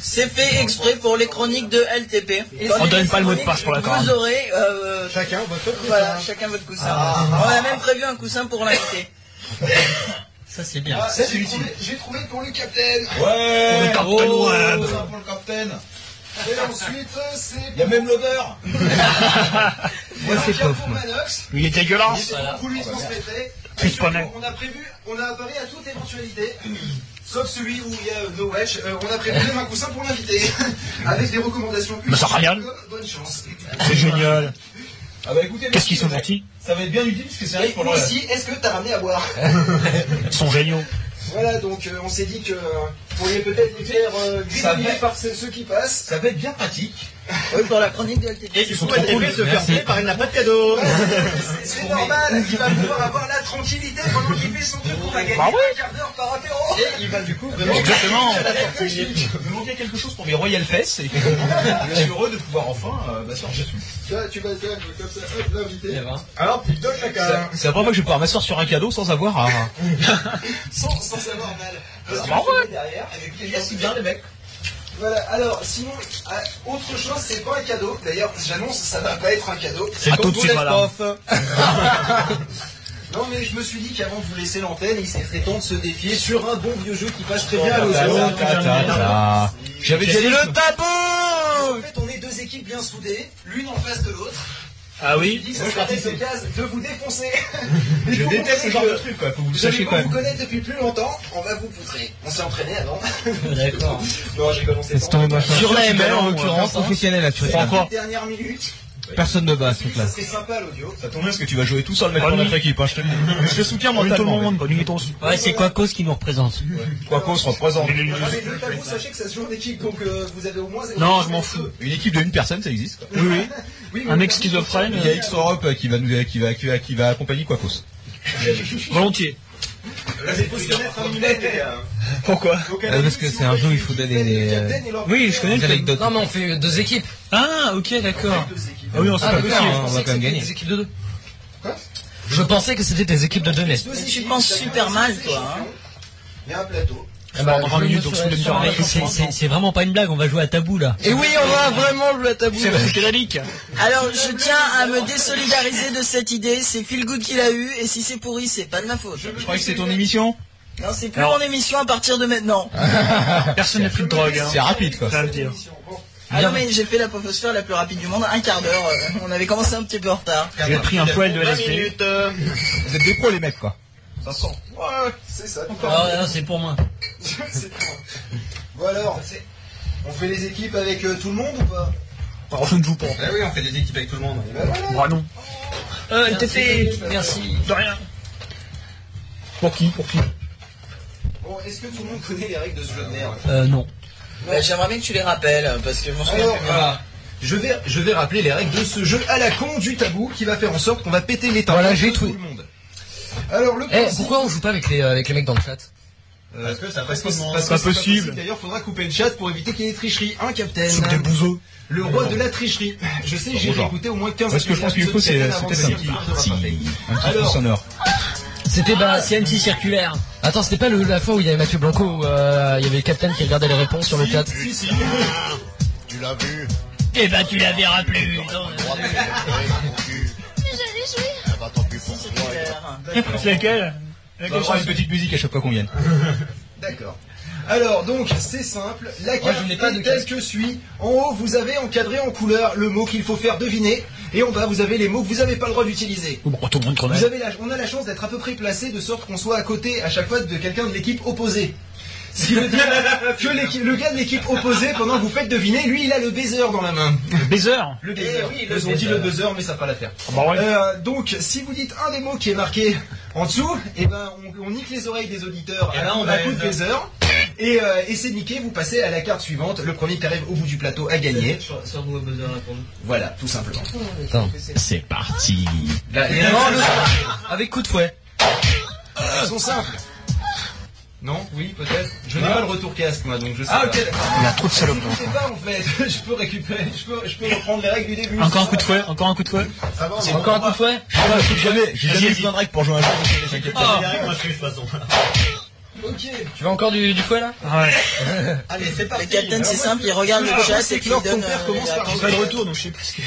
S3: C'est fait exprès pour les chroniques de LTP.
S2: On donne pas le mot de passe pour la
S3: Vous
S2: corde.
S3: aurez. euh,
S5: Chacun votre coussin.
S3: Voilà, chacun votre coussin.
S4: Ah.
S3: On a même prévu un coussin pour l'invité.
S7: Ça, c'est bien.
S5: Ah, J'ai trouvé, j'ai trouvé pour le capitaine.
S1: Ouais.
S5: Oh, ça pour le capitaine. Et ensuite, euh, c'est.
S1: Il y a même l'odeur.
S5: Moi,
S6: c'est pof,
S5: pour
S6: moi.
S5: Manox.
S2: Il est dégueulasse.
S5: Vous lui transmettez.
S2: Plus de panneau.
S5: On a prévu, on a apparu à toute éventualité. Sauf celui où il y a euh, No Wesh, Euh, on a prévu même un coussin pour l'inviter. Avec des recommandations.
S2: Mais ça régale.
S5: Bonne chance.
S2: C'est génial.
S1: Ah bah écoutez,
S2: Qu'est-ce qu'ils sont gentils
S1: ça va être bien utile parce que c'est vrai
S5: Et
S1: que pendant
S5: moi
S1: la-
S5: aussi, est-ce que t'as ramené à boire
S2: Ils sont géniaux.
S5: Voilà, donc euh, on s'est dit que pour pourriez peut-être lui faire euh,
S1: Ça
S5: gribouiller
S1: fait-
S5: par ce- ceux qui passent.
S1: ça va être bien pratique.
S3: Oui, pour la chronique de LTP.
S13: Et du coup, elle devait se faire payer par une nappe de cadeau.
S1: Ah,
S5: C'est- C'est normal, il va pouvoir avoir la tranquillité pendant qu'il fait son truc. On va gagner
S2: Bah
S5: un quart d'heure par apéro.
S13: Et il va du coup vraiment.
S2: Exactement.
S1: Il me manquait quelque chose pour mes Royal Fest et je suis heureux de pouvoir enfin euh, m'asseoir dessus.
S5: Tu vois, tu vas faire comme ça, hop, l'invité.
S13: Alors, plus de chacun.
S1: C'est la première fois que je vais pouvoir m'asseoir sur un cadeau sans avoir à.
S5: Sans, sans savoir mal. Parce que
S1: bah
S5: je suis derrière. avec les gens qui viennent.
S1: les mecs.
S5: Voilà, alors sinon, ah, autre chose, c'est pas un cadeau. D'ailleurs, j'annonce, ça va pas être un cadeau.
S2: À tout de suite, madame.
S5: Non, mais je me suis dit qu'avant de vous laisser l'antenne, il serait temps de se défier sur un bon vieux jeu qui passe très bien
S1: Ah,
S5: à l'océan.
S1: J'avais déjà dit le tabou
S5: En fait, on est deux équipes bien soudées, l'une en face de l'autre.
S2: Ah
S5: Je dis
S2: oui
S5: que ça serait l'occasion de vous défoncer.
S1: Je déteste ce genre de
S5: truc.
S1: truc quoi, faut que vous le
S5: Vous allez
S1: sachiez quand
S5: pas vous
S1: même.
S5: connaître depuis plus longtemps, on va vous poutrer. On s'est entraîné avant. D'accord. Non, j'ai commencé sans.
S4: Sur la ML en l'occurrence, hein.
S1: professionnel là, tu vois.
S2: Encore.
S5: Dernière minute.
S1: Personne ne bat
S5: Ça serait sympa l'audio.
S1: Ça tombe bien parce que tu vas jouer tout seul mec dans
S2: Bonne
S1: notre équipe, hein, je te le dis. Je te soutiens
S2: Bonne nuit tout le
S1: mentalement.
S2: monde.
S1: mec.
S2: Bonne nuit tous.
S7: Ouais, c'est Quacos qui nous représente.
S1: Quoi qu'on se représente.
S5: Ah, mais le tabou, sachez que ça se joue en équipe, donc euh, vous avez au moins.
S2: Non, je m'en fous.
S1: Une équipe de une personne, ça existe. quoi.
S2: Oui, oui.
S5: Oui, mais
S2: Un
S5: le
S2: mec
S5: tabou,
S2: schizophrène.
S1: Il y a X Europe euh, qui va nous qui va qui va, qui va accompagner Quacos.
S2: Volontiers.
S5: Là, il faut se connaître un minimum,
S2: euh,
S5: les gars.
S2: Pourquoi
S5: Donc,
S4: Euh, parce que c'est un jeu où il faut donner des, euh,
S2: Oui, je connais le thème.
S4: Non, mais on fait deux équipes.
S2: Ah, ok, d'accord. Ah oui, non, c'est
S4: Ah,
S2: pas
S4: d'accord,
S2: possible.
S4: on va quand même gagner. Des équipes de deux.
S5: Quoi
S4: Je pensais que c'était des équipes de deux, n'est-ce pas
S3: Tu penses super mal, toi. hein.
S5: Il y a un plateau.
S4: Ah
S2: bah, dans 20 minutes, donc, si vous voulez me faire un
S7: C'est- C'est c'est vraiment pas une blague, on va jouer à tabou là.
S4: Et oui, on va vraiment le tabou.
S2: C'est psychédélique.
S3: Alors, je tiens à me désolidariser de cette idée. C'est Feel Good qui l'a eu, et si c'est pourri, c'est pas de ma faute.
S1: Je croyais que c'était ton émission.
S3: Non, c'est plus
S2: Alors- Ah,
S3: mon émission à partir de maintenant.
S2: Personne n'a pris de drogue. hein.
S1: C'est rapide quoi.
S2: Ça veut dire.
S3: Ah non, mais j'ai fait la pophosphère la plus rapide du monde, un quart d'heure. euh, On avait commencé un petit peu en retard.
S2: J'ai pris un poil de
S13: 20
S2: LSD.
S13: minutes. euh,
S1: Vous êtes des pros les mecs quoi.
S5: Ça sent. Ouais, c'est ça.
S7: Ah, non, c'est pour moi.
S5: C'est bon. Bon alors, on fait les équipes avec euh, tout le monde ou pas Ah
S2: Alors, je ne joue pas.
S6: Bah oui on fait des équipes avec tout le monde.
S5: Eh ben voilà.
S2: Bah non. Euh, TT.
S4: Merci.
S2: De rien. Pour qui Pour qui
S5: Bon, est-ce que tout le monde connaît les règles de ce jeu de merde
S7: Euh, non.
S3: Bah, J'aimerais bien que tu les rappelles, parce que je m'en souviens
S5: Alors,
S3: plus.
S5: voilà.
S6: euh, Je vais, je vais rappeler les règles de ce jeu à la con du tabou qui va faire en sorte qu'on va péter les tabous
S4: Voilà, j'ai
S6: de
S4: tout.
S6: le monde.
S5: Alors, le
S4: Eh, pourquoi on joue pas avec les, euh, avec les mecs dans le chat
S6: Euh, Parce que ça passe
S2: Pas possible.
S6: D'ailleurs, faudra couper le chat pour éviter qu'il y ait des tricheries. Un capitaine.
S2: Soupe de bouseux.
S6: Le roi de la tricherie. Je sais, j'ai
S1: Bonjour.
S6: écouté au moins 15
S1: Parce que je pense qu'il faut c'est
S6: avant
S1: c'est
S6: de
S1: peut-être un
S6: venir
S1: petit
S6: parler de
S1: si,
S6: rattrapage.
S1: un petit coup
S6: Alors.
S1: sonore.
S4: C'était bah, c'est-
S7: CMC circulaire.
S4: Attends, c'était pas le, la fois où il y avait Mathieu Blanco où euh, il y avait le capitaine qui regardait les réponses sur le chat.
S5: Si, si.
S7: Eh ben, tu la verras plus. Non,
S2: C'est laquelle
S1: On va une petite musique à chaque fois qu'on vienne.
S6: D'accord. Alors donc c'est simple, la carte
S4: je n'ai pas
S6: est
S4: de
S6: telle que suit. En haut vous avez encadré en couleur le mot qu'il faut faire deviner et en bas vous avez les mots que vous n'avez pas le droit d'utiliser.
S2: Bon, tout le monde
S6: Vous avez la- on a la chance d'être à peu près placé de sorte qu'on soit à côté à chaque fois de quelqu'un de l'équipe opposée.
S5: Ce qui veut dire que l'équipe- le gars de l'équipe opposée, pendant que vous faites deviner, lui, il a le baiser dans la main.
S14: Baiser.
S5: Le
S3: Eh
S5: buzzer.
S3: oui, le
S5: Ils ont dit le buzzer, mais ça va pas l'affaire.
S14: bah ouais.
S5: Euh, donc, si vous dites un des mots qui est marqué en dessous, eh ben, on, on nique les oreilles des auditeurs. Et là, on a coup de buzzer. Et, euh, et c'est niqué, vous passez à la carte suivante. Le premier qui arrive au bout du plateau a gagné. Voilà, tout simplement.
S14: C'est parti.
S5: Là, les
S4: Non,
S5: règles
S4: le-
S5: sont simples.
S4: Avec coup de fouet.
S5: Elles Ah, sont simples. Non Oui, peut-être. Je n'ai pas le retour casque, moi, donc je sais
S15: Ah,
S5: pas.
S15: ok,
S14: Il a trop de salopes. hein.
S5: Je sais pas, en fait. Je peux récupérer, je peux, je peux reprendre les règles du début.
S14: Encore un coup de fouet, encore un coup de fouet.
S5: Ah
S4: Encore un coup de fouet
S1: J'ai jamais, j'ai jamais eu besoin de règles pour jouer à un jeu.
S2: T'as des règles, moi je suis de toute façon.
S4: Tu veux encore du, du fouet là
S14: Ouais.
S2: Allez, c'est
S3: Le
S2: parti. Ah,
S3: capitaine, c'est simple, il regarde
S5: Ah,
S3: le chat et puis il donne. euh, la-
S14: Pas de retour, donc je sais pas ce que.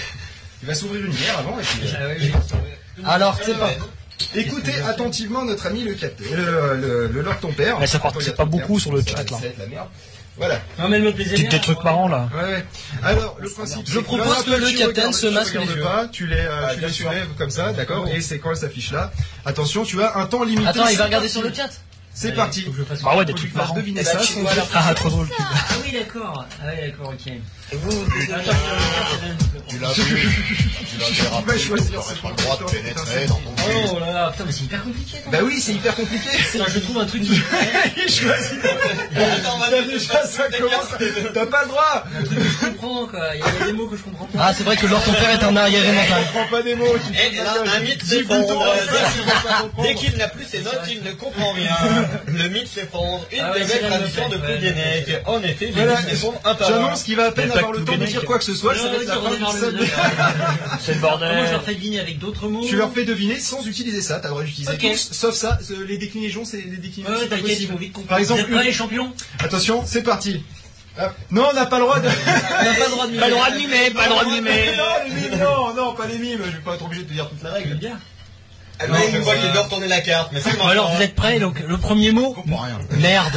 S5: Il va s'ouvrir une bière avant et puis.
S4: Ah,
S5: euh,
S4: Alors, c'est pas.
S5: Écoutez attentivement notre ami le capitaine, le, le, le Lord ton père.
S14: Mais ça part- c'est pas beaucoup sur le
S5: Ça va-
S14: chat, là.
S5: ça va être la merde. Voilà.
S4: Non, mais elle me plaisait
S14: Dites des trucs marrants là.
S5: Ouais, ouais. Alors le principe.
S4: Ah. Je
S5: c'est que-
S4: propose
S5: Non, non,
S4: que
S5: toi,
S4: le
S5: tu
S4: capitaine
S5: regardes-
S4: se
S5: tu
S4: masque les
S5: regardes
S4: yeux.
S5: pas, tu les, euh,
S4: Ah,
S5: tu
S4: bien
S5: les
S4: sûr.
S5: soulèves comme ça, d'accord. Et c'est quand elle s'affiche là. Attention, tu as un temps limité.
S4: Attends, il
S5: C'est
S4: va regarder
S5: parti.
S4: sur le chat.
S5: C'est parti. Ah
S14: Bah ouais, des
S5: Faut que tu
S14: trucs
S5: fasses
S14: marrants.
S5: deviner
S3: Eh ben,
S5: ça.
S3: tu
S5: sans
S3: vois,
S5: dire-
S3: là,
S14: Ah, trop drôle.
S7: Ah oui, d'accord. Ah oui, d'accord, ok.
S3: Et vous, vous-
S2: Tu l'as vu. Tu l'as fait
S5: Tu vas choisir.
S2: T'aurais pas le droit de
S5: eh,
S2: pénétrer dans ton cul.
S7: Oh là là, putain, mais c'est hyper compliqué.
S5: Bah oui, c'est hyper compliqué.
S7: Putain, je trouve un truc qui.
S5: T'as déjà ça commence. T'as pas le droit.
S7: Je comprends quoi. Il y a il y a des mots que je comprends pas.
S4: Ah, c'est vrai que Lord ton père est un arriéré mental.
S5: Prends pas des mots. tu te fous de la
S2: Eh, un,
S5: gueule.
S2: un mythe
S5: Dis
S2: s'effondre.
S5: plutôt,
S2: Euh,
S5: ça,
S2: dès
S5: tu
S2: qu'il-
S5: vas pas comprendre.
S2: Dès qu'il n'a plus ses notes, il ne comprend rien. Le mythe s'effondre. Une
S7: Ah ouais,
S2: des
S7: c'est
S2: belles
S7: la
S2: traditions de
S7: meuf, ouais.
S2: Koudienec. En effet, les
S5: Voilà.
S2: mythes s'effondrent un par un.
S5: J'annonce qu'il va à peine
S14: Mais pas
S5: avoir
S14: que
S5: le
S14: tout
S5: temps de
S14: Québec.
S5: dire quoi que ce soit. ça va être la fin du samedi.
S14: C'est le
S7: Comment je
S14: bordel.
S7: leur fais deviner avec d'autres mots
S5: Tu leur fais deviner sans utiliser ça. T'as le droit d'utiliser
S7: Ok.
S5: tous, sauf ça. ce- Les déclinaisons, c'est les déclinaisons.
S7: Ah Ouais,
S5: c'est pas
S7: t'inquiète, ils
S5: possible.
S7: vont vite comprendre.
S5: Par exemple,
S7: Vous êtes prêts,
S5: une-
S7: les champions
S5: Attention, c'est parti. Hop. Non, on n'a pas le droit de.
S7: On n'a pas le droit de
S14: Pas le droit de mimer, pas le droit de mimer.
S5: non, les mimes, non, non, pas les mimes. Je vais pas être obligé de te dire toute la règle.
S7: Bien.
S2: Alors, Ah, je vois qu'il doit retourner la carte, mais c'est
S7: Bon, alors, vous êtes prêts Donc, le premier mot
S5: comprends rien.
S7: Merde.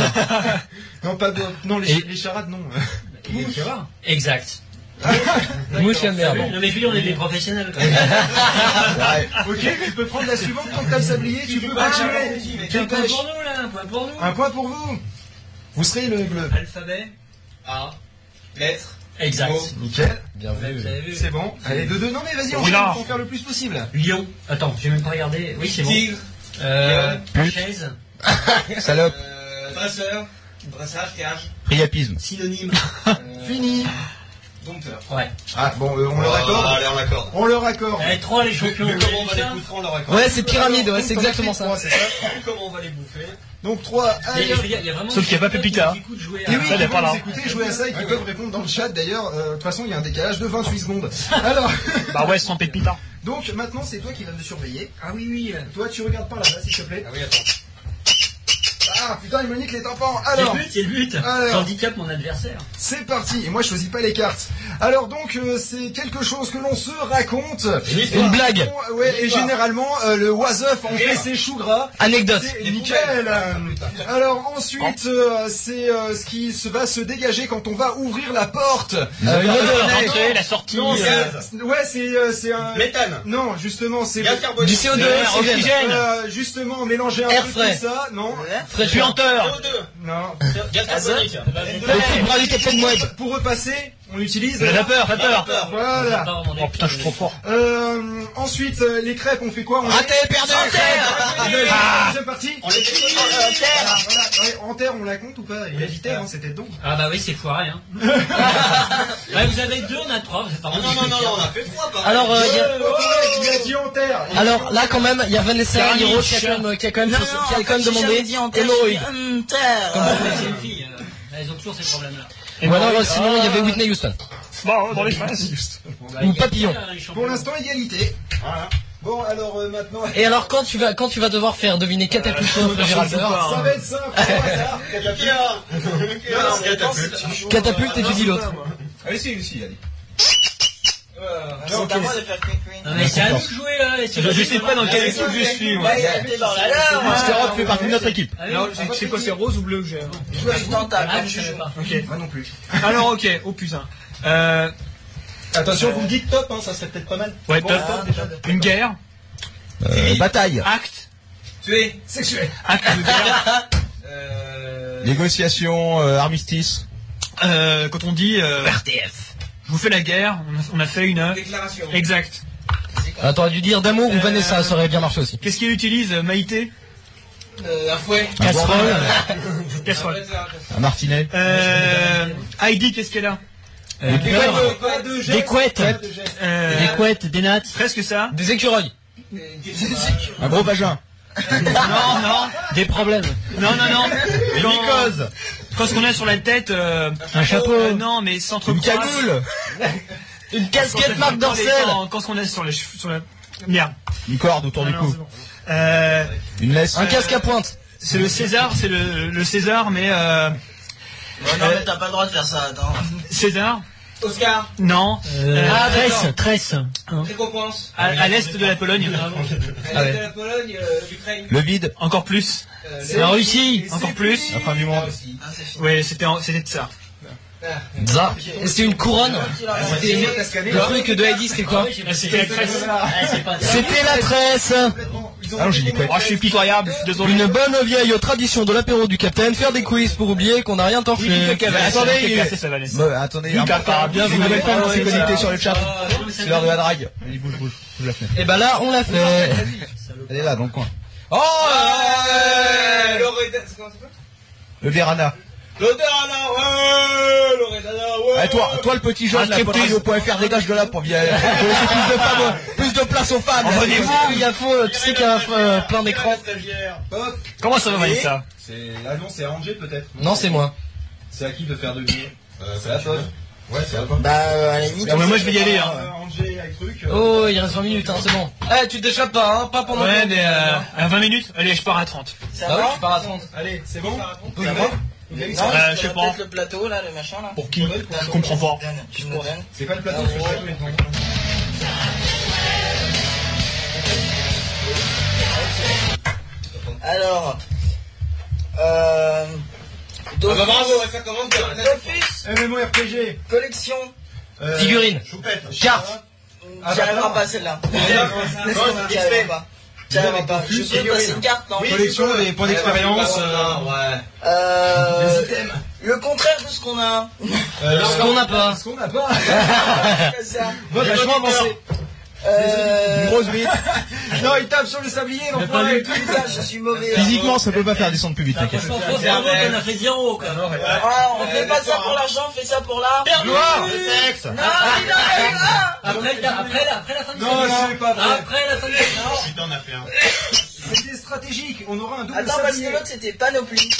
S5: Non, pas de- Non, les,
S7: Et-
S5: les charades, non.
S7: Exact.
S4: Mouche et merde.
S7: Non, mais puis on est des professionnels quand même.
S5: ok, tu peux prendre la suivante quand t'as le sablier. Tu peux
S7: Ah,
S5: continuer.
S7: C'est un point
S5: Dépêche.
S7: pour nous là, un point pour nous.
S5: Un point pour vous. Vous serez le bleu.
S7: Alphabet.
S2: A, lettre,
S7: Exact.
S2: mot,
S5: Nickel.
S4: Bien
S7: Vous avez- vous avez vu
S5: C'est bon. Allez, deux, deux. Non, mais vas-y, on
S14: Oula.
S5: va faire le plus possible.
S7: Lion. Attends, j'ai même pas regardé. Oui, c'est bon.
S2: tigre,
S7: Euh, chaise.
S4: Salope.
S2: euh, brasseur, brassage, cage,
S1: Priapisme.
S7: Synonyme.
S5: Fini.
S2: dompteur.
S7: Ouais.
S5: Ah bon, euh, on leur accorde.
S2: Oh, Allez, on l'accorde.
S5: On leur accorde.
S7: Allez, trois les champions.
S2: Vu comment on
S7: Vous
S2: va
S7: avez vu
S2: les
S7: ça
S2: bouffer, on leur accorde.
S4: Ouais, c'est pyramide, ouais, c'est exactement ça.
S2: Vu comment on va les bouffer.
S5: Donc 3
S7: Il y a-
S5: 1.
S7: il y a- il y a vraiment
S14: Sauf qu'il y a pas
S7: des gens
S14: Pépita.
S7: qui- qui coûtent jouer à-
S5: Et oui,
S14: Elle est
S5: qui
S14: pas
S5: vont nous
S14: là.
S5: écouter, jouer à ça et
S7: Ah
S5: qui peuvent répondre dans le chat d'ailleurs. Euh, De toute façon, il y a un décalage de 28 secondes. Alors,
S14: Bah ouais, sans pépita.
S5: donc maintenant, c'est toi qui vas me surveiller.
S7: Ah oui, oui. euh,
S5: Toi, tu regardes par là-bas, s'il te plaît.
S2: Ah oui, attends.
S5: Ah putain, il me nique les tympans.
S7: C'est le
S5: Alors,
S7: but, c'est le but.
S5: Alors.
S7: J'handicape mon adversaire.
S5: c'est parti. Et moi, je choisis pas les cartes. Alors, donc, euh, c'est quelque chose que l'on se raconte.
S4: Une blague.
S5: Ouais, et généralement, euh, le oiseuf en fait ses choux gras.
S4: Anecdote.
S5: C'est Nickel. Euh, Alors ensuite, euh, c'est euh, ce qui se va se dégager quand on va ouvrir la porte.
S4: Euh, une odeur.
S14: L'entrée, la sortie.
S5: Non,
S14: euh,
S5: c'est- ouais, c'est euh, c'est un.
S2: Méthane,
S5: Non, justement, c'est
S2: gaz carbonique,
S4: Du CO2,
S14: l'air,
S4: oxygène.
S5: Euh, justement mélanger un
S4: Air
S5: peu
S4: frais.
S5: tout ça. Non,
S14: Puanteur.
S2: CO2,
S5: non.
S2: gaz
S7: Ah,
S2: carbonique,
S7: Bah,
S4: Le petit bras du capitaine Web.
S5: Pour repasser, on utilise.
S14: La vapeur, vapeur.
S2: vapeur,
S5: Voilà.
S14: Oh putain, je suis trop fort.
S5: Euh, ensuite, euh, les Ah, crêpes, on fait quoi
S2: Ah,
S5: On
S4: Raté, perdu.
S5: les... C'est parti.
S2: on les
S5: Voilà, voilà. Ouais, en terre, on la compte ou pas Il a dit terre, hein, c'était donc.
S7: Ah bah oui, c'est foiré. Hein. Ouais, vous avez deux, on a trois. Vous êtes
S14: Ah,
S2: Non, non, non, non, on a fait trois par
S4: Alors, euh, il y a-
S5: il a dit en terre.
S2: Ah.
S4: alors là quand même, il y a Vanessa
S14: Dernier
S4: Hiro qui a
S14: chat.
S4: quand même, qui a quand même,
S3: Non, non,
S4: qui a
S3: en
S4: quand
S3: fait,
S4: même
S3: j'ai jamais
S4: demandé
S3: dit en terre, j'ai
S4: hémorroïde.
S3: dit, hum, terre.
S7: C'est une fille. euh, Elles ont toujours ces problèmes-là.
S14: Et
S4: Ou alors
S14: bon,
S4: euh, sinon il y avait Whitney Houston.
S14: Bon, dans les fesses.
S4: Ou papillon.
S5: Pour l'instant, égalité.
S2: Voilà.
S5: Bon, alors euh, maintenant.
S4: Et alors quand tu vas quand tu vas devoir faire deviner catapulto au
S2: Ah.
S4: réfrigérateur,
S5: Ça va être simple. au hasard.
S2: Pierre
S5: Non,
S2: Pierre Catapulte.
S4: catapulte et tu dis l'autre.
S1: Allez, c'est Lucie, allez.
S3: C'est à moi de faire quick-quick.
S7: Non mais c'est à nous de jouer là. et c'est hein.
S14: Je
S7: nous
S14: sais
S7: qui
S14: pas dans
S7: jouons.
S14: quelle équipe je suis, moi.
S1: Skyrock fait partie de notre équipe.
S7: Ah oui,
S14: Alors, c'est c'est quoi, c'est rose ou bleu que j'ai
S2: hein.
S14: avant
S3: Je suis dans ta
S7: Ah,
S3: table,
S7: je
S3: je
S7: savais
S3: joue.
S7: pas.
S5: Moi non plus.
S14: Alors, ok, oh putain. Euh,
S5: Attention, vous me dites.
S2: top, hein, ça serait peut-être pas mal.
S14: ouais, top.
S7: hein.
S14: Une guerre.
S1: Euh, Bataille.
S14: Acte.
S5: Sexuel.
S14: Acte de guerre.
S2: Euh,
S1: Négociations, euh, armistice.
S2: Euh, quand on dit euh,
S3: RTF.
S2: je vous fais la guerre, on a, on a fait une. euh,
S5: Déclaration.
S2: Exact.
S4: Ah, T'aurais dû dire d'amour ou
S2: Euh,
S4: Vanessa, ça aurait bien marché aussi.
S2: Qu'est-ce qu'il utilise, euh, Maïté
S5: Euh,
S2: Ah,
S5: un fouet.
S4: Casserole, Ah
S2: Casserole.
S1: Un martinet.
S2: Euh, Heidi, qu'est-ce qu'elle a
S4: euh, du beurre,
S5: Pas de
S7: Des couettes,
S2: Euh,
S7: des couettes, des nattes,
S2: Presque ça.
S4: des écureuils.
S1: Un gros vagin.
S2: Non, non,
S7: des problèmes,
S2: non, non, non.
S1: Une mycose.
S2: Quand ce qu'on a sur la tête. euh,
S7: un chapeau,
S2: euh, non, mais
S1: Une
S2: s'entrecroise.
S1: cagoule.
S4: Une
S2: Quand
S4: casquette
S2: on-
S4: Marc
S2: quand les-
S4: Dorcel.
S2: quand- Quand ce qu'on a sur les cheveux- sur la. Merde.
S1: Une corde autour
S2: Ah,
S1: du
S2: non,
S1: cou.
S2: c'est bon. Euh,
S1: Une laisse.
S4: Un casque à pointe.
S2: c'est le César, c'est le, le César, mais euh,
S3: Ouais, non, mais t'as pas le droit de faire ça, attends.
S2: Ah, César
S5: Oscar.
S2: Non.
S7: euh,
S2: Ah,
S7: tresse,
S5: d'accord.
S7: tresse, hein,
S5: Récompense.
S2: À, à l'est de la Pologne.
S5: À l'est de la Pologne, euh, l'Ukraine.
S1: Le vide.
S2: Encore plus.
S5: euh,
S2: C'est la Russie.
S5: les-
S2: Encore plus.
S1: La fin du monde.
S3: Ah, c'est fini.
S2: Oui, c'était en- c'était de ça.
S4: Ça. Et c'était une couronne.
S5: les- les- les- les-
S4: Le
S2: Ah
S4: truc de Heidi, c'était quoi
S2: C'était la Grèce.
S4: C'était la tresse.
S1: Ah non, j'ai dit quoi
S2: Oh, je suis pitoyable, je suis désolé.
S4: Une bonne vieille tradition de l'apéro du capitaine, faire des quiz pour oublier qu'on n'a rien torché.
S1: Attendez,
S2: Attendez,
S1: il-
S2: cassé sa valise.
S1: Bah, attendez, un
S4: Papa,
S1: bien
S4: vous
S1: une
S4: voulez
S1: nouvelle femme
S4: pas
S1: s'est
S4: lancer
S1: connectée
S4: ça.
S1: sur le chat. C'est l'heure de la drague. Allez, bouge, bouge, bouge la fenêtre.
S4: Et ben là, on l'a fait.
S1: Elle est là, dans le coin.
S4: Oh
S5: Euh, Loreda- c'est comment ça s'appelle
S1: Le Verana.
S5: L'odeur à la-
S2: Ah,
S5: ouais, Loredana, ouais.
S1: Eh toi, toi le petit jeune, la podradio.fr, dégage de là pour bien pour laisser plus de femmes, plus de place aux femmes.
S4: Il y a faux, euh, tu sais qu'il y a euh, plein d'écrans.
S6: Hop.
S2: Comment ça va, Vanessa
S6: C'est... Ah non, c'est arrangé peut-être.
S4: Non, c'est moi.
S6: C'est à qui de faire deviner euh, C'est à toi. Ouais, c'est à toi.
S3: Bah, euh, à la limite.
S2: Ah, mais Moi, je vais y aller. hein.
S6: Arrangé euh, avec truc. euh,
S4: Oh, il reste 20 minutes, hein, c'est bon. Eh, tu t'échappes pas, hein, pas pendant
S2: Ouais, mais euh, à 20 minutes, allez, je pars à 30.
S3: Ça
S4: Ah ouais,
S3: va
S4: tu pars à 30.
S6: Allez, c'est bon
S4: Oui, moi.
S3: Non,
S2: bah Euh,
S3: parce
S2: je
S3: qu'on
S2: sais
S3: a
S2: pas.
S3: Peut-être le plateau, là, le machin, là.
S2: Pour qui Je comprends pas.
S3: Tu me donnes.
S6: C'est pas le plateau que je cherche maintenant.
S3: Alors. Euh.
S5: Ah bah,
S3: Dofus,
S5: bravo, ouais, ça commence bien. Là, c'est fort.
S3: Dofus,
S6: MMORPG
S3: collection.
S6: euh,
S4: Figurine.
S6: Choupette
S4: Carte.
S6: Ah,
S3: J'y arriverai
S6: d'accord.
S3: pas, celle-là.
S5: Non, c'est
S3: J'y
S5: vite
S3: arriverai
S5: fait.
S3: pas. J'y arriverai pas. Je
S6: Dofus,
S3: peux passer une carte, non
S6: Collection des points d'expérience. euh,
S3: Euh, le contraire de ce qu'on a.
S4: Ce qu'on n'a pas.
S6: Ce qu'on n'a pas. Ah.
S3: Ça.
S6: Moi, vachement avancé.
S3: Euh,
S1: Grosse bite.
S6: Non, il tape sur le sablier, l'enfoiré.
S3: putain, je suis mauvais.
S1: Physiquement, ça peut pas faire descendre plus vite, t'inquiète.
S7: franchement, bravo, t'en as fait zéro, quoi.
S3: Ah, on fait pas ça pour l'argent, on fait ça pour l'art.
S1: Gloire Sexe
S3: Non, il arrive
S6: Ah.
S3: là
S7: Après, la- après, la- après la fin de
S6: Non, c'est pas vrai.
S7: Après la fin de séance.
S13: Putain, on a fait un.
S6: C'était stratégique. On aura un double
S3: Attends, parce que
S6: sablier.
S3: l'autre c'était panoplie.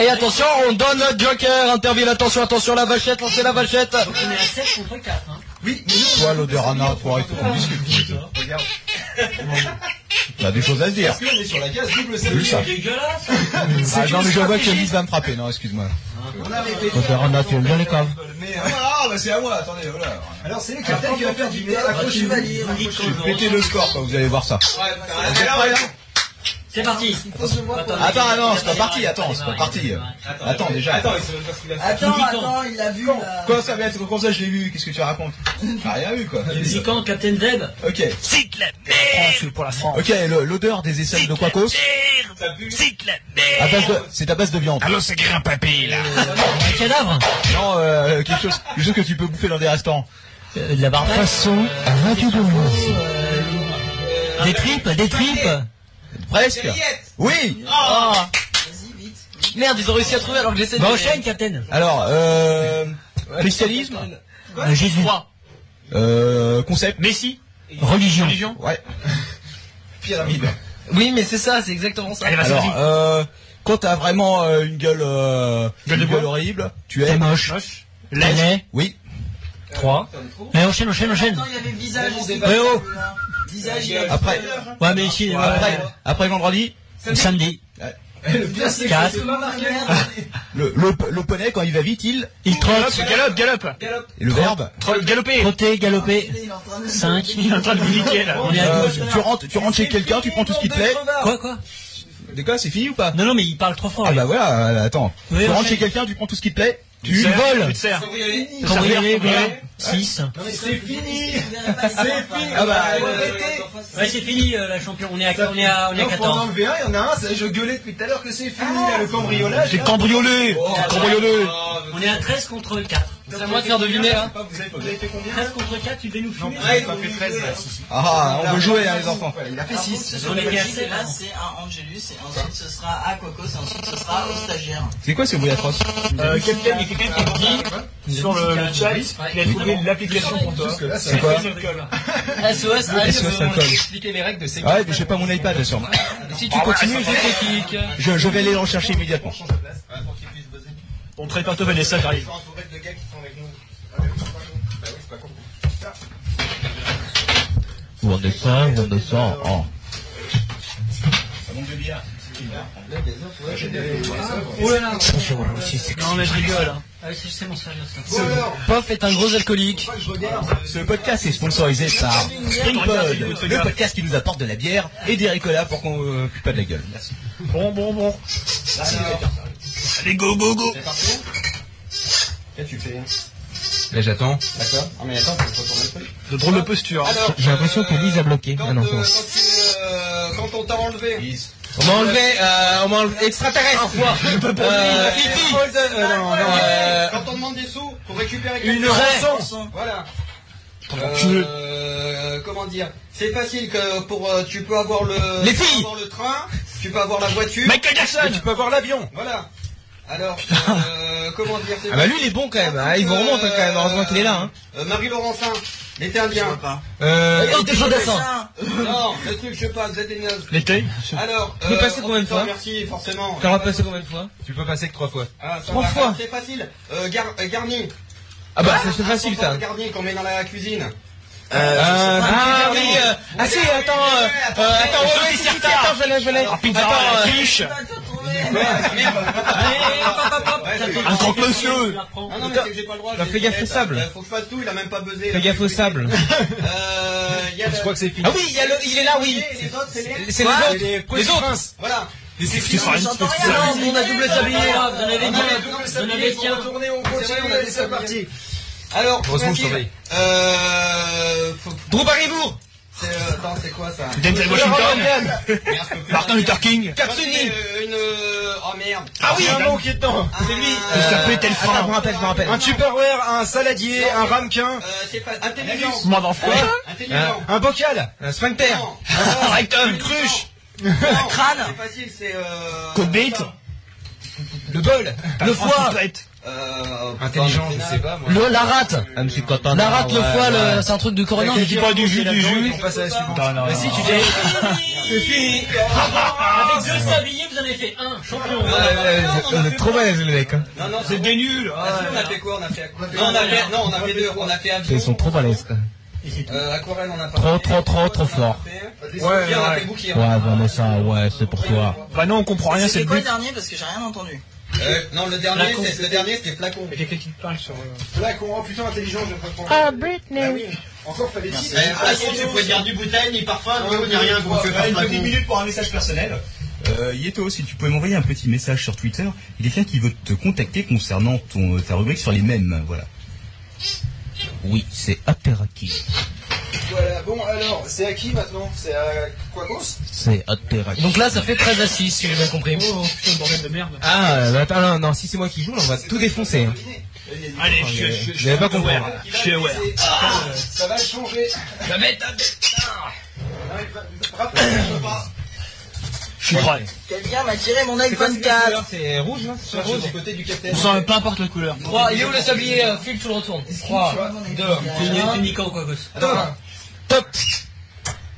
S4: Et attention, on donne le joker, intervient, attention, attention, la vachette, lancez la vachette.
S7: On est à 7 contre 4. Hein.
S6: Oui, mais nous.
S1: Toi, l'odeur Anna, toi, arrête qu'on discute.
S6: Regarde.
S1: T'as des choses à se dire.
S6: Parce que on est sur la case double
S1: J'ai
S6: sablier.
S1: vu ça.
S7: Dégueulasse.
S1: Ah, non, mais je vois que Lise va me frapper, non, excuse-moi.
S6: On a répété.
S1: L'odeur Anna, tu aimes bien les caves.
S6: Mais, euh,
S1: Ah, bah c'est à moi, attendez, voilà.
S6: Alors, c'est le capitaine qui va faire du bien.
S3: Tu
S6: Accrochez-vous.
S3: vas lire.
S1: Pétez le score quand vous allez voir ça.
S5: Ah, là, ouais.
S7: C'est parti.
S1: Attends, ah non, c'est pas parti, attends, c'est pas parti. Attends, déjà.
S5: Attends, il sait même pas ce qu'il a fait.
S3: Attends,
S7: Moulican.
S3: attends, il l'a vu là.
S1: Quoi ça va être comme ça je l'ai vu Qu'est-ce que tu racontes T'as rien vu quoi.
S7: Musiquant, Captain Zeb.
S1: Ok.
S2: C'est pour la France.
S1: Ok, le- l'odeur des aisselles de Quacos.
S5: Ça pue.
S1: à base de- C'est à base de viande.
S16: Allô, c'est Guérin Papy,
S2: Euh,
S16: là.
S7: Un cadavre.
S1: Non, euh, quelque chose, quelque chose que tu peux bouffer dans des restaurants.
S7: Euh, de la barbe.
S4: Façon,
S7: euh,
S4: radio de
S7: Des tripes, des tripes.
S1: Presque.
S5: Juliette.
S1: Oui.
S3: Vas-y, vite.
S4: Merde, ils ont réussi à trouver alors que j'essaie de.
S7: Bah, enchaîne, Captain.
S1: Alors, euh, christianisme,
S7: Euh, Jésus.
S1: euh, concept,
S2: Messi
S7: Religion.
S2: Religion
S1: ouais. Pyramide.
S4: Oui, mais c'est ça, c'est exactement ça.
S2: Allez, vas-y.
S1: Alors,
S2: vas-y.
S1: euh, quand t'as vraiment euh, une gueule, euh,
S2: Gueule de
S1: une
S2: bois.
S1: gueule horrible, tu
S7: T'es
S1: es.
S7: moche.
S2: Moche. Lèche.
S7: Lait.
S1: Oui.
S7: 3. Allez, enchaîne, enchaîne, enchaîne.
S3: Attends, il y avait visage.
S5: Bon,
S3: et c'est
S5: c'est
S3: pas
S1: pas-
S3: bleu, là. Visage, il y
S6: Ah,
S3: a-
S1: Après,
S7: Ouais, mais ici,
S1: après,
S7: ouais.
S1: après vendredi,
S7: samedi.
S6: Le pire, c'est que
S7: Quatre.
S6: c'est pas marqué.
S1: le, le, le poney quand il va vite, il
S7: Il
S2: Galope,
S7: trotte,
S2: galope, galope.
S5: Galope.
S1: et le verbe.
S2: Trotte, Galopé.
S7: trotter, galoper.
S3: Il est en train de-
S7: 5.
S2: Il est en train de vous niquer, là.
S7: On est à
S1: Euh,
S7: 12.
S1: tu rentres, tu rentres chez quelqu'un, tu prends tout ce qui te plaît.
S7: Quoi, quoi
S1: De quoi, c'est fini ou pas
S7: Non, non, mais il parle trop fort.
S1: Ah
S7: lui.
S1: bah voilà, euh, attends.
S7: Oui,
S1: tu rentres
S7: enchaîne.
S1: chez quelqu'un, tu prends tout ce qui te plaît.
S7: Tu voles
S1: te sers.
S7: Cambrioler, voler 6.
S5: C'est fini
S6: Ah bah,
S7: Ouais, c'est fini euh, la champion. On est à, on est à, on est à
S6: non, faut en
S7: 14.
S6: enlever un, il y en a un, ça, je gueulais depuis tout à l'heure que c'est fini, là, le cambriolage. Ah,
S2: T'es cambriolé
S6: Oh,
S2: T'es cambriolé
S7: On est à 13 contre 4.
S4: C'est à moi de faire deviner, hein. là.
S6: Ah, Vous avez vous avez fait combien
S7: 13 contre 4, tu devais nous fumer.
S6: Ah, il a fait 13, là.
S1: Ah, on
S6: Là,
S1: veut jouer,
S6: on a
S1: hein, les
S6: six, Ah,
S1: enfants.
S6: quoi. Il a fait 6.
S3: Sur
S7: On
S3: les
S7: était assez
S3: là,
S7: là.
S3: c'est un Angelus, et ensuite ce sera Aquacos, et ensuite ce sera au stagiaire.
S1: C'est quoi ce bruit atroce
S2: Euh, Captain, il y a quelqu'un qui dit sur le, le chat qu'il a trouvé l'application pour toi.
S6: Là, ça
S1: C'est quoi
S4: SOS, allez,
S1: SOS,
S4: on va
S1: alcool.
S4: expliquer les règles de ces
S1: Ah ouais, mais j'ai pas mon iPad, Ah là, sûrement.
S4: Si tu continues, je te kick.
S1: Je, je vais aller le rechercher immédiatement.
S13: pour qu'il puisse buzzer.
S2: On traite pas Vanessa,
S13: Ils
S2: j'arrive.
S13: sont entourés de gars qui sont avec nous. Ah, mais oui, c'est pas con. Bah oui, c'est pas con.
S1: Wonderful, wonderful. Oh.
S7: Oh Non, mais je rigole. hein. Ah, c'est c'est mon sérieux ça.
S4: Pof est un gros alcoolique.
S1: Ce podcast est sponsorisé par Springpod, le podcast qui nous apporte de la bière et des ricolas pour qu'on euh, pue pas de la gueule. Merci.
S2: Bon, bon, bon. Allez, go, go, go.
S5: Qu'est-ce que tu fais
S1: Là, j'attends.
S5: D'accord Ah, mais attends, faut retourner le truc.
S2: De drôle de posture. hein.
S5: Alors,
S4: J'ai l'impression qu'on vise à bloquer.
S5: quand,
S4: Ah non,
S5: euh,
S4: c'est bon.
S5: quand tu, euh, quand on t'a enlevé.
S6: On m'a enlevé, euh, on m'a enlevé extraterrestre.
S5: Euh,
S6: Je peux pas. non, non, euh,
S5: Quand on demande des sous pour récupérer
S6: Une
S5: quelque chose.
S6: rançon.
S5: Voilà. Euh, comment dire C'est facile que pour euh, tu peux avoir le
S6: Les
S5: tu peux
S6: filles
S5: avoir le train, tu peux avoir la voiture.
S2: Michael
S1: Ah
S2: Jackson
S6: Tu peux avoir l'avion.
S5: Voilà. Alors euh, comment dire c'est
S6: Ah bah lui, il est bon quand même. hein. Il vous remonte hein, quand même. Heureusement qu'il est là. hein.
S5: Euh, Marie Laurentin, l'été indien.
S6: Euh,
S4: Oh, t'es chaud d'assaut.
S5: Non, le truc je sais pas, vous êtes des nazes.
S2: L'été
S5: Alors, euh,
S6: Tu peux passer combien de
S5: putain,
S6: fois
S5: Merci, forcément.
S6: T'en as passé combien de fois
S1: Tu peux passer que trois fois.
S5: Ah, ça
S6: Trois
S5: va.
S6: fois.
S5: C'est facile. Euh, gar- euh, garni.
S6: Ah bah ça, c'est facile
S5: Attends,
S6: ça.
S5: Garni qu'on met dans la cuisine.
S6: Euh, ah oui. euh, Ah si, attends. euh, euh, Attends, ouais, ouais, si, si, si, attends, je l'ai, je l'ai.
S2: Pizza
S6: Attends,
S2: à
S6: euh,
S2: la quiche Un croque monsieur
S5: Ah non, mais c'est que j'ai pas le droit.
S6: Bah,
S5: j'ai
S6: fais
S5: des
S6: gaffe au
S5: lunettes.
S6: sable.
S5: Euh, Faut que je fasse tout, il a même pas buzzé.
S6: Fais gaffe au sable.
S5: Euh, il y a le-
S1: c'est fini.
S6: Ah oui, il y a le- il est là, oui.
S5: Et les autres, c'est les.
S6: C'est les autres.
S5: Quoi
S6: Les autres.
S5: Voilà.
S3: J'entends rien.
S4: Non, on a double sablier là, hein, vous en avez
S5: On
S4: dit.
S5: a double sablier,
S4: qu'un.
S5: on retourner, on continue,
S6: C'est vrai,
S5: on a des
S6: c'est
S5: parties. Alors,
S6: Heureusement,
S5: faut
S6: je surveille.
S5: Euh, faut-
S6: Drew Barrymore.
S5: c'est, euh, attends, c'est quoi ça
S2: Denzel Washington
S5: Merde, je peux plus.
S2: Martin Luther King
S6: Katsuni.
S5: Euh, Une, euh, oh merde.
S2: Ah oui
S6: Un mot qui est dedans.
S5: C'est lui.
S2: Il s'est
S6: Attends, je
S2: pété le
S6: me
S2: frein
S6: rappelle, je me rappelle. Un Tupperware, un saladier, un ramequin,
S5: c'est pas intelligent.
S2: Moi d'enfant
S5: Intelligent.
S6: un bocal, un sphincter.
S5: Non.
S2: Rectum
S5: Cruche.
S3: crâne.
S5: C'est facile, c'est euh.
S2: Côte bite
S6: Le bol, le foie,
S5: Euh,
S6: Intelligent,
S5: putain,
S6: je
S5: c'est
S6: sais
S5: pas, moi.
S4: Le, la rate.
S1: Ah, monsieur Quentin.
S4: La rate, le foie, le- c'est un truc du coroner.
S2: Tu dis pas du jus, du jus
S6: On passe à la suivante.
S2: Non, non, non.
S6: Si tu dis,
S7: Avec deux sabliers, vous en avez fait un. Champion.
S6: on est Euh, trop balèze les mecs. hein.
S5: Non, non, c'est
S2: Des nuls
S5: Ah, sinon, on a fait quoi On a fait aquarelle. Non, on a fait, non, on a fait deux. On a fait avion.
S4: balèzes quoi.
S5: Euh, aquarelle, on a pas
S4: Trop,
S5: fait.
S4: trop, trop, trop
S5: On a
S4: fort.
S5: fait-
S6: Ouais, ouais.
S5: on a fait bouquet.
S4: vraiment ça, ouais, c'est pour toi.
S2: Bah non, on comprend rien,
S3: C'était
S2: c'est le
S3: quoi le
S2: but
S3: dernier Parce que j'ai rien entendu.
S5: Euh, non, le dernier,
S2: Flacon,
S5: c'est, le dernier, c'était flacon.
S2: Quelqu'un qui te parle sur...
S5: Flacon, oh putain, intelligent, je vais prendre.
S16: Oh, Britney.
S5: Encore fallait dire. Ah,
S13: Eh, Flacon, tu pouvais dire du bouteille, ni parfum,
S5: Ouais,
S13: ni eau, ni rien, gros.
S5: ouais,
S13: c'est pas
S5: ouais,
S13: Flacon.
S5: une
S1: minutes pour un message personnel. Euh, Yeto, si tu pouvais m'envoyer un petit message sur Twitter, il y a quelqu'un qui veut te contacter concernant ton, ta rubrique sur les mêmes, voilà. Oui, c'est Ateraki.
S5: Voilà, bon, alors, c'est à qui maintenant C'est à Quacos
S1: C'est Ateraki.
S4: Donc là, ça fait 13 à 6, si j'ai bien compris.
S2: Oh, putain, le bordel de merde
S6: Ah, euh, bah, attends, non, non, si c'est moi qui joue, là, on va tout défoncer. hein.
S2: Allez, je suis- je suis...
S6: J'avais pas compris.
S2: aware. Je suis aware.
S5: Ah, Ça va changer. Ah,
S6: La bête, la bête.
S5: Rappelez-moi pas.
S2: Je suis prêt
S3: Quelqu'un m'a tiré mon
S6: C'est quoi
S3: iPhone
S6: cette couleur
S3: 4.
S6: C'est rouge, là C'est rouge.
S5: du côté du capitaine.
S2: On sent peu importe la couleur
S4: 3, il est où le sablier euh, Phil, tu Hein le retournes. 3,
S7: Tu niques ou quoi, gosse
S6: Top. Top.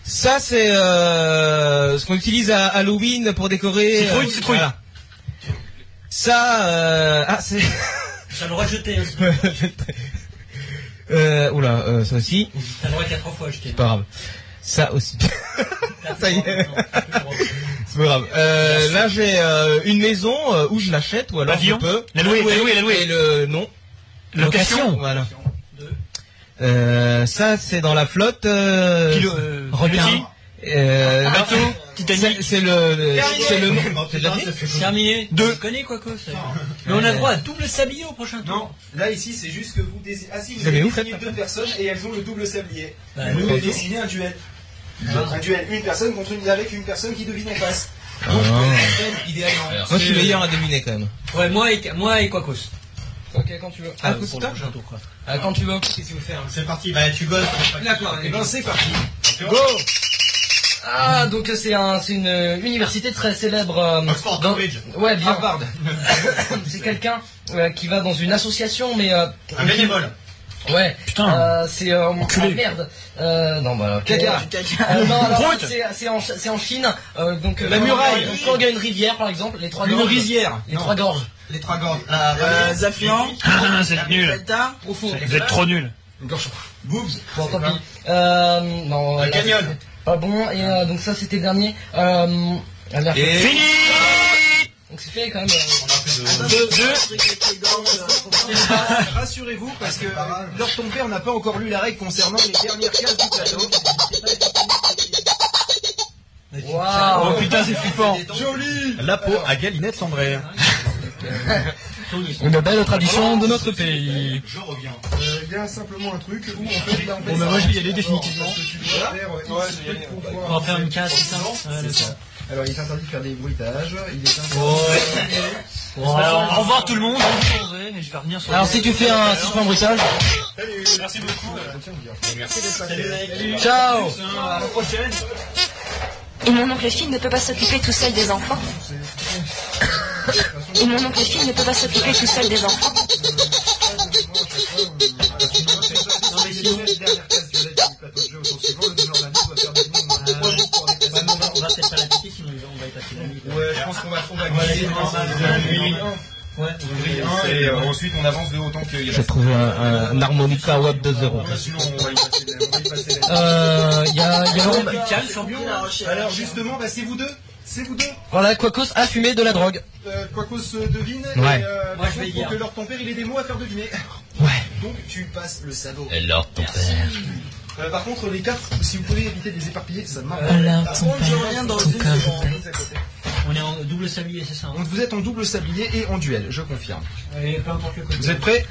S6: Ça, c'est euh, ce qu'on utilise à Halloween pour décorer.
S2: Citrouille,
S6: euh,
S2: citrouille.
S6: voilà. Ça, euh, ah, c'est.
S7: T'as le droit de jeter. hein.
S6: euh, oula, euh, ça aussi.
S7: T'as le droit qu'à trois fois à jeter.
S6: C'est pas grave. Ça aussi.
S7: T'as
S6: ça y est.
S7: le droit, t'as le droit.
S6: C'est pas grave. Euh, là, j'ai euh, une maison euh, où je l'achète ou alors
S2: Pavillon
S6: je peux.
S2: La louer, la louer, la louer.
S6: Et le nom.
S2: Location.
S6: Voilà. Euh, ça, c'est dans la flotte. euh,
S2: Kilo... euh,
S4: Requin.
S2: Yeti.
S6: Euh, non.
S2: Bateau Titanic.
S4: C'est le, le- c'est le nom. C'est de la
S7: Euh, Terminé.
S4: Deux.
S7: Tu connais quoi que ça. Mais on a droit à double sablier au prochain tour.
S5: Non, là ici c'est juste que vous désignez. Ah si, vous
S4: Vous avez
S5: avez
S4: où,
S5: désigné deux personnes et elles ont le double sablier.
S4: Bah,
S7: Ouais,
S5: vous avez désigné un duel. Un duel, une personne contre une avec une personne qui devine en face.
S4: Ah.
S5: Donc je connais la peine, idéalement.
S4: Moi, je suis meilleur à deviner quand même.
S7: Ouais, moi et, moi et Quacos.
S6: Ok, quand tu veux.
S4: Ah,
S7: Euh, pour le prochain tour, quoi.
S4: Ah, quand tu veux.
S6: Qu'est-ce que vous faites
S13: C'est parti, bah tu gosses.
S6: D'accord, et ben c'est parti.
S4: Go Ah, donc euh, c'est un, c'est une euh, université très célèbre. euh,
S13: Oxford,
S4: dans-
S13: Cambridge.
S4: Ouais, bien.
S6: Harvard.
S4: Ah, bah, c'est quelqu'un euh, qui va dans une association, mais euh,
S13: Un bénévole.
S4: ouais.
S7: Putain.
S4: euh, c'est euh, ah, merde. Euh, non, bah. ok.
S6: Caca.
S4: Euh, non, alors, c'est c'est en, Ch- c'est en Chine. euh, donc euh,
S6: La
S4: quand-
S6: muraille.
S4: Quand il y a une rivière, par exemple, les trois
S6: Une
S4: gorges.
S6: rizière.
S4: Les trois gorges.
S6: Les trois gorges.
S3: Euh, les affluents,
S2: Ah, c'est
S3: la
S2: nul.
S3: delta,
S4: Profond.
S2: Vous êtes trop nul.
S6: Boobs.
S4: Bon, tant pis. Euh, non.
S13: Un
S4: là,
S13: canyon.
S4: c'est Pas bon. Et euh, donc ça, c'était le dernier. Euh, la merde.
S2: Fini
S4: Donc c'est fait quand même. euh,
S6: Rassurez-vous parce que
S5: euh,
S6: leur ton père n'a pas encore lu la règle concernant les dernières cases du plateau.
S4: Waouh.
S5: Euh,
S2: Oh putain, c'est flippant.
S6: Joli
S1: La peau à Galinette Cendrée.
S4: Une belle tradition de notre pays.
S13: Je reviens.
S5: Il y a simplement un truc où en fait là en fait.
S2: Bon, bah, moi, je vais y aller définitivement.
S5: Parce que tu dois faire, euh, X trucs pour
S7: On
S5: pouvoir
S7: va faire une
S5: avancer.
S7: case, c'est ça Euh, Ouais,
S5: C'est
S7: le-
S5: ça. Alors il est interdit de faire des bruitages, il est interdit.
S2: Alors,
S7: Alors,
S2: au revoir tout le monde.
S7: et je vais revenir sur
S4: Alors si tu fais un, si tu fais un bruitage,
S2: Merci beaucoup.
S4: ciao.
S2: À la prochaine.
S16: Et mon oncle Phil ne peut pas s'occuper tout seul des enfants. Et mon oncle Phil ne peut pas s'occuper tout seul des enfants.
S5: Non, mais sinon, les dernières cases du plateau de jeu au tour suivant, le donneur d'un doit faire des mots moins de trois jours pour déplacer.
S7: Ouais, mais on va- on va peut-être pas la piquer, sinon on va y passer la nuit.
S5: Ouais, je pense qu'on va trouver
S7: Ouais,
S5: Et euh, ensuite, on avance de autant qu'il y a.
S4: J'ai trouvé un, un, un harmonica web de zéro.
S5: Sinon, on va y passer la- on va y passer la-
S4: Euh, y a, y a Laurent-
S7: Plus calme, champion.
S3: la recherche.
S5: Alors, justement, bah, c'est vous deux C'est vous deux
S4: Voilà, Quacos a fumé de la drogue.
S5: Euh, Quoi qu'on se devine.
S4: Ouais.
S5: Et, euh,
S7: Moi,
S5: par contre,
S7: je vais
S5: faut
S7: dire.
S5: que leur ton père, il ait des mots à faire deviner.
S4: Ouais.
S5: Donc, tu passes le sabot.
S4: Alors ton père.
S5: Euh, par contre, les cartes, si vous pouvez éviter de les éparpiller, ça marche.
S4: Euh,
S7: Alors,
S3: Par contre, je reviens dans une seconde.
S7: On est en double sablier, c'est ça hein
S5: Donc, vous êtes en double sablier et en duel, je confirme.
S7: Et peu importe le côté.
S5: Vous êtes prêts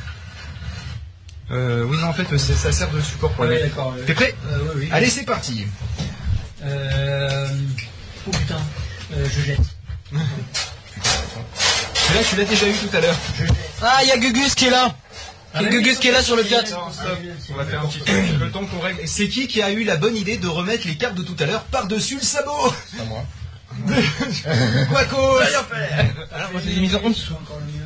S5: euh, Oui, non, en fait, c'est- ça sert de support pour
S7: Ouais,
S5: les.
S7: d'accord. ouais.
S5: T'es prêt
S7: Euh, oui, oui.
S5: Allez, c'est parti.
S7: Euh... Oh putain, euh, je jette.
S5: Mais Là, tu l'as déjà eu tout à l'heure.
S4: Ah, y a Gugus qui est là.
S7: Ah,
S4: Y a Gugus qui est là sur le chat.
S5: Attends, stop. On va faire un petit truc. Le temps qu'on règle.
S6: C'est qui qui a eu la bonne idée de remettre les cartes de tout à l'heure par-dessus le sabot
S5: Quoi cause
S4: Alors moi je les ai mis en dessous.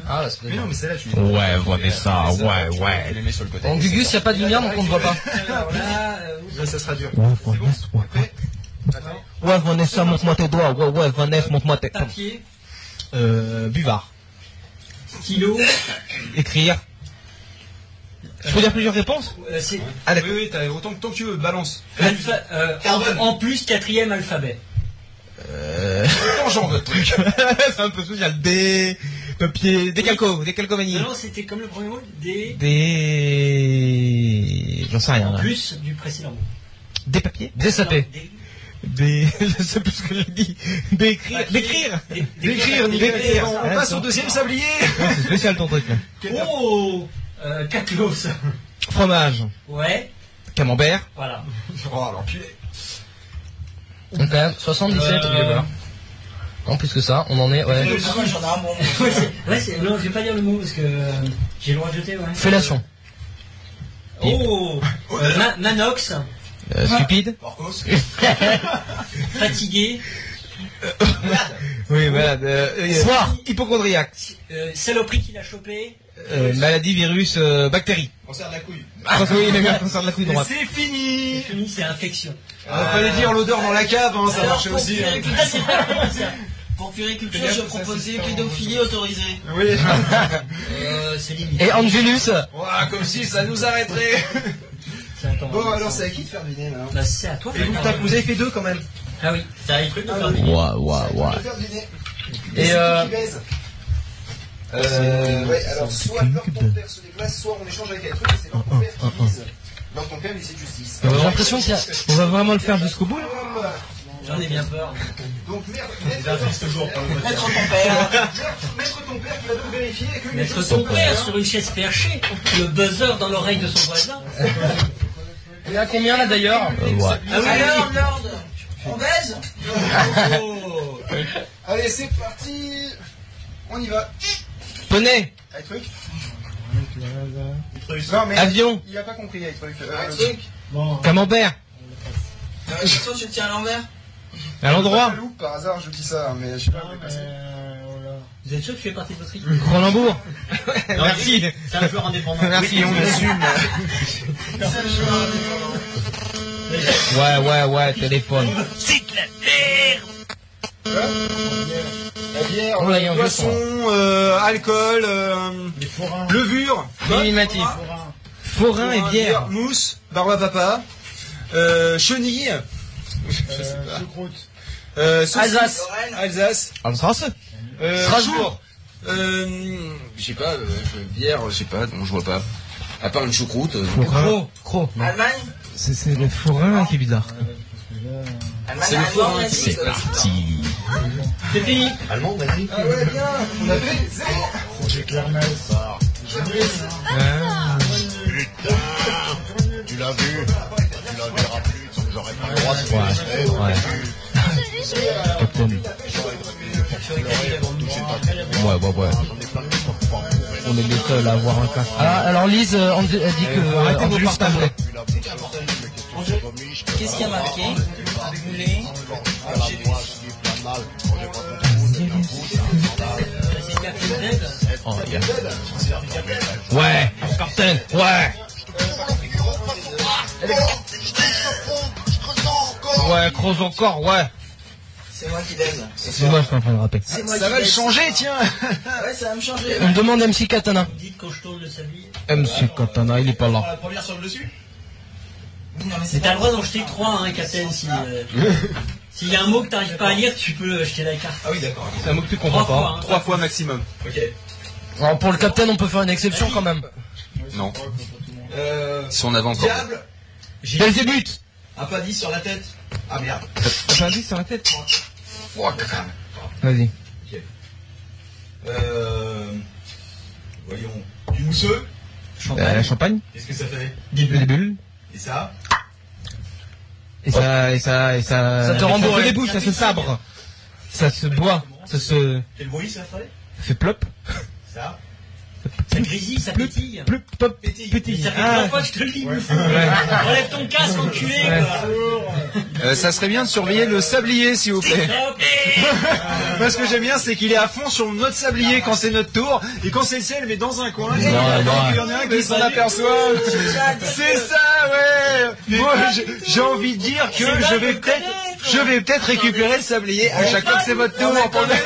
S4: Ah là, c'est
S5: Mais non, mais celle-là, tu.
S1: Ouais, voilà ça,
S5: C'est ça,
S1: ouais,
S5: tu-
S1: ouais.
S5: Tu les mets sur le côté.
S4: En Gugus, y a pas de lumière donc on ne voit pas.
S7: Alors là, euh,
S5: Là, ça sera dur.
S4: Ouais,
S5: C'est bon Prêt Attends.
S4: Ouais, Vanessa, montre-moi tes doigts. Ouais, ouais, Vanessa, montre-moi tes.
S7: papier,
S4: Euh, buvard.
S7: stylo,
S4: Écrire. Je peux dire plusieurs réponses
S7: euh, c'est
S5: Ah, d'accord. Oui, oui, t'as autant de temps que tu veux, balance.
S7: alpha- euh, en, en plus quatrième alphabet.
S5: Autant j'en veux.
S4: C'est un peu spécial. Des papiers, des calcos, des calcomanies.
S7: Ah Non, c'était comme le premier mot, des
S4: Des. J'en sais rien.
S7: en
S4: là.
S7: plus du précédent mot.
S4: Des papiers Des sapés.
S7: Non, des-
S4: Des. Je sais plus ce que j'ai dit. D'écrire.
S7: papier,
S4: D'écrire
S7: des- des-
S5: D'écrire, Nicolas.
S4: d'écrire.
S5: c'est bon, On
S4: Ah,
S5: passe
S4: d'accord.
S5: au deuxième sablier.
S4: C'est spécial ton truc. là.
S7: Oh euh, Catlos.
S4: Fromage.
S7: Ouais,
S4: Camembert.
S7: voilà.
S5: Oh, l'enculé.
S4: Donc, quand même, 77. En plus que ça, on en est. Ouais.
S3: Moi, Ah, j'en ai un bon.
S7: Ouais, c'est- ouais, c'est- non, je vais pas dire le mot parce que euh, j'ai le droit de jeter, ouais.
S4: Fellation.
S7: Oh euh, ma- Manox,
S4: Euh, stupide.
S7: fatigué,
S4: Oui, voilà. Euh, Soir. Hypochondriaque.
S7: euh, saloperie qu'il a chopé.
S4: Euh, maladie, virus, euh, bactérie.
S13: Cancer de la couille.
S4: Ah, oui, il a eu un cancer de la couille droite.
S5: C'est fini.
S7: C'est fini, c'est infection.
S5: Ah, fallait dire l'odeur dans la cave, hein, ça
S3: Alors,
S5: marchait
S3: pour
S5: aussi. hein.
S3: puriculture- Pour puriculture, je proposais pédophilie autorisée.
S5: Oui.
S7: Euh, c'est limite.
S4: Et Angelus.
S5: Ouah, comme si ça nous arrêterait.
S7: C'est un temps
S5: Bon,
S7: de
S5: alors
S7: sens.
S5: c'est à qui de faire deviner là hein
S7: Bah, c'est à toi.
S5: Et vous,
S7: Fabien.
S5: tape, vous avez fait deux quand même.
S7: Ah oui, ça a truc de faire des-
S4: Ouah, ouah, ouah.
S5: De faire deviner.
S4: Et
S5: c'est
S4: euh,
S5: qui qui baise
S4: euh,
S5: Ouais, alors
S4: c'est
S5: soit
S4: une
S5: leur
S4: cube.
S5: ton père se déplace, soit on échange avec quelqu'un et c'est leur ton père qui vise. Leur ton père, lui, c'est justice.
S4: J'ai l'impression qu'on va vraiment le faire jusqu'au bout. là.
S5: Hop.
S3: J'en ai bien peur.
S5: Donc, maître, maître,
S1: toujours pour le
S3: Maître ton père.
S5: maître- maître ton père qui va donc vérifier que les
S7: Mettre
S5: choses
S7: son
S5: sont
S7: père
S5: bonnes.
S7: sur une chaise perchée, le buzzer dans l'oreille de son voisin.
S4: Il y a combien là d'ailleurs
S3: Alors, Lord, on baise
S5: Allez, c'est parti. On y va.
S4: Poney,
S5: Allez, truc. Non, mais
S4: avion,
S5: il a pas compris, avec truc.
S3: Un
S5: Euh,
S3: truc.
S4: camembert,
S3: Euh, Toi, tu le tiens à l'envers
S4: à l'endroit,
S5: Loup, par hasard, je dis ça, hein, mais je sais pas où il est passé.
S7: Vous êtes sûr que tu fais partie de votre équipe
S4: Rolandbourg.
S7: Non,
S4: Merci.
S7: C'est un joueur indépendant.
S4: Merci, on assume. Ouais, ouais, ouais, téléphone.
S5: La bière,
S4: Oh là, il y a un
S5: boisson, euh, alcool, euh, levure,
S4: Minimatif. Forain et bière.
S5: mousse, barbe à papa, euh, chenille, je sais pas. Euh, saucisse,
S4: Alsace.
S5: Alsace,
S4: Alsace.
S5: euh,
S4: Strasbourg.
S5: chou- euh, je sais pas, euh, je- bière, je sais pas, non, je vois pas. À part une choucroute. euh,
S4: Cro. Cro.
S3: Allemagne Euh,
S4: C'est le forain qui est bizarre.
S3: Allemagne, Allemagne, vas-y.
S4: parti.
S7: C'est fini.
S5: Ah ouais, bien, on a fait zéro.
S13: Tu l'as vu Tu la verras plus, donc j'aurais pas le droit de
S4: Ouais, ouais. Captain. Ouais, ouais, ouais. On est les seuls à avoir un casque. Ah, alors Lise, euh, Ange- elle dit que. Arrêtez vos partages.
S3: Qu'est-ce qui a marqué Moulé. C'est Captain Dead.
S4: Oh, Ouais, Captain, ouais. Ouais, creuse encore, ouais.
S3: C'est moi qui dead.
S4: C'est moi, je suis en train de rapper.
S3: C'est moi
S5: Ça
S3: qui
S5: va le
S3: dead.
S5: changer, tiens
S3: Ouais, ça va me changer.
S4: On me demande MC Katana.
S7: Dites quand je tourne le sablier.
S4: MC Katana, il est pas là.
S13: La première sur le dessus
S3: Non, mais
S7: Mais
S3: c'est
S7: t'as
S3: pas
S7: le droit d'en jeter 3, hein, Captain, si. euh, S'il y a un mot que t'arrives pas à lire, tu peux euh, jeter la carte.
S13: Ah oui, d'accord.
S4: C'est un mot que tu
S7: Trois
S4: comprends
S7: fois.
S4: pas.
S7: hein.
S5: Trois fois maximum.
S13: Ok.
S4: Alors pour le Captain, on peut faire une exception quand même.
S5: Non.
S13: Euh,
S5: Si on avance
S13: diable,
S4: Belzébuth
S13: un padis sur la tête. Ah merde.
S4: T'as un indice sur la tête Vas-y.
S13: Euh, voyons. Du mousseux
S4: Euh, la champagne
S13: Qu'est-ce que ça fait
S4: Des bulles.
S13: Et ça
S4: Et ça, et ça, et ça.
S7: Ça te
S4: rend
S7: rembourre.
S4: les bouches, ça se sabre. Ça se boit, ça se
S13: Quel bruit ça fait
S4: fait plop.
S13: Ça
S7: Ça grésille, ça
S4: Plus-
S7: pétille.
S4: Plup, pop,
S13: Pétille.
S4: pétille.
S7: Ça fait
S4: Ah,
S7: trois fois que je te le dis.
S4: ouais.
S7: Relève ton casque, enculé,
S4: Ouais.
S7: quoi.
S5: Euh, ça serait bien de surveiller le sablier, s'il vous plaît.
S7: Hop.
S5: Moi, ce que j'aime bien, c'est qu'il est à fond sur notre sablier quand c'est notre tour, et quand c'est le ciel, mais dans un coin. Et
S4: Ouais, ouais.
S5: il y en a un qui s'en aperçoit. C'est ça, ouais. Moi, j'ai- j'ai envie de dire que je vais peut-être, je vais peut-être récupérer le sablier à chaque fois que c'est votre tour.
S3: On a
S5: pour
S3: quand
S5: le-
S3: même,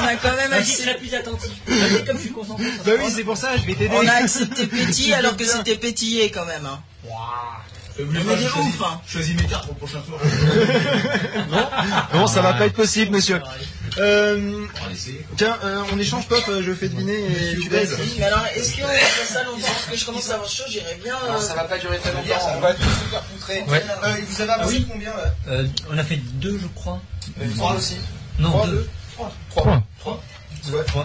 S3: on a quand même
S7: Vas-y, c'est
S3: accepté,
S7: la plus attentive. Vas-y, comme je suis concentré. ça se
S5: Bah oui,
S7: passe.
S5: c'est pour ça, je vais t'aider.
S3: on a accepté petit alors que c'était pétillé quand même. hein. On est des ouf, hein.
S13: Choisis mes cartes pour le prochain tour.
S5: Non, ça va pas être possible, monsieur. Euh,
S13: On va laisser.
S5: tiens, euh, on échange pop, euh, je fais deviner et tu baises.
S3: Mais alors, est-ce qu'on va faire ça longtemps Parce que je commence à avoir chaud, j'irais bien. euh,
S5: va pas durer très
S13: longtemps,
S5: Ça
S13: on
S5: va
S13: va
S5: être super poutré. Euh, vous avez
S7: avancé
S5: avancé combien là Euh,
S7: Euh, on a fait deux, je crois.
S5: Trois aussi.
S7: Non,
S5: Trois,
S7: deux.
S5: deux. Trois.
S4: Trois.
S7: Trois.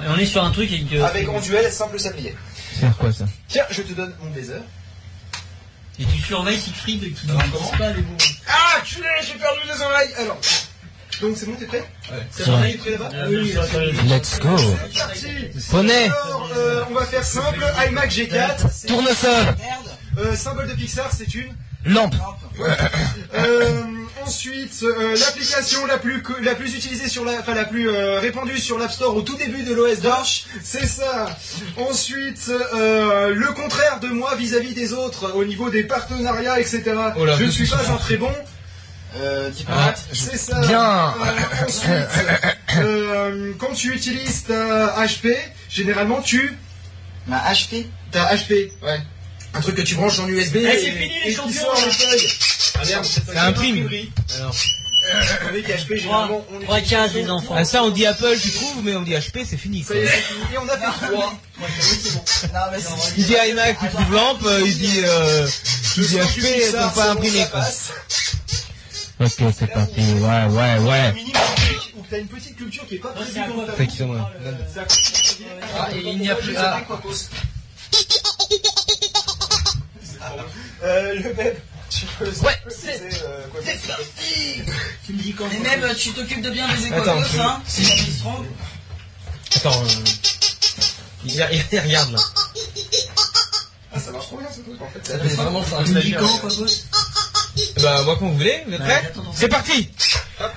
S7: Et on est sur un truc avec. euh,
S5: Avec en duel simple sablier.
S4: c'est quoi ça
S5: Tiens, je te donne mon baiser.
S7: Et tu surveilles Siegfried qui n'utilise pas les mots.
S5: Ah, culé, j'ai perdu les oreilles. Alors. Donc c'est bon, t'es prêt
S7: C'est
S4: vrai.
S5: T'es prêt là-bas
S7: Oui,
S4: Let's go Poney
S5: Alors, euh, on va faire simple. iMac G4.
S4: Tournesol
S3: Merde.
S5: Euh, symbole de Pixar, c'est une.
S4: Lampe
S5: Euh, ensuite, euh, l'application la plus co- la plus utilisée sur la, enfin la plus euh, répandue sur l'App Store au tout début de l'OS Dorch, c'est ça. Ensuite, euh, le contraire de moi vis-à-vis des autres au niveau des partenariats, etc.
S4: Oh là,
S5: je ne
S4: je
S5: suis
S4: suis
S5: pas un très bon.
S3: Euh,
S4: diplomate.
S5: C'est ça.
S4: Bien.
S5: Euh, ensuite, euh, quand tu utilises ta HP, généralement tu
S3: Ma HP.
S5: ta HP. Ouais. Un truc que tu branches en USB.
S7: Eh, c'est fini, les
S5: et qui
S7: champions.
S5: sort en feuille. Ah merde.
S4: Ça imprime
S5: Avec HP, généralement, on
S7: 3 cases, les enfants.
S4: Ah, Ça on dit Apple, tu trouves, mais on dit HP, c'est fini
S5: Ça
S4: quoi.
S5: y est, c'est fini. Et on a fait trois.
S3: Non, mais c'est
S4: Il dit iMac, tu trouves lampe, euh, il dit, euh, il dit
S5: Je sens que
S4: HP,
S5: Pixar,
S4: t'as pas
S5: c'est bon,
S4: imprimé
S5: ça
S4: quoi.
S5: passe.
S17: Ok, c'est parti. Ouais, ouais,
S5: Un
S17: ouais.
S5: minimum de trucs où t'as une petite culture qui est pas prévue dans ta
S17: Fait qu'ils sont, ouais.
S5: Ah,
S4: et il n'y a plus- ah.
S5: Euh, le web, tu peux
S3: Ouais,
S5: c'est euh, quoi
S3: C'est parti
S5: Tu me dis quand
S3: Et même, tu t'occupes de bien les
S4: Attends,
S3: écolos,
S4: je-
S3: hein C'est la strong.
S4: Attends. euh, Il, il- il regarde là.
S5: Ah, ça marche trop bien ce truc en fait.
S4: Ça fait vraiment ça.
S17: Bah, moi quand vous voulez, vous êtes prêts
S3: attends, attends.
S17: C'est parti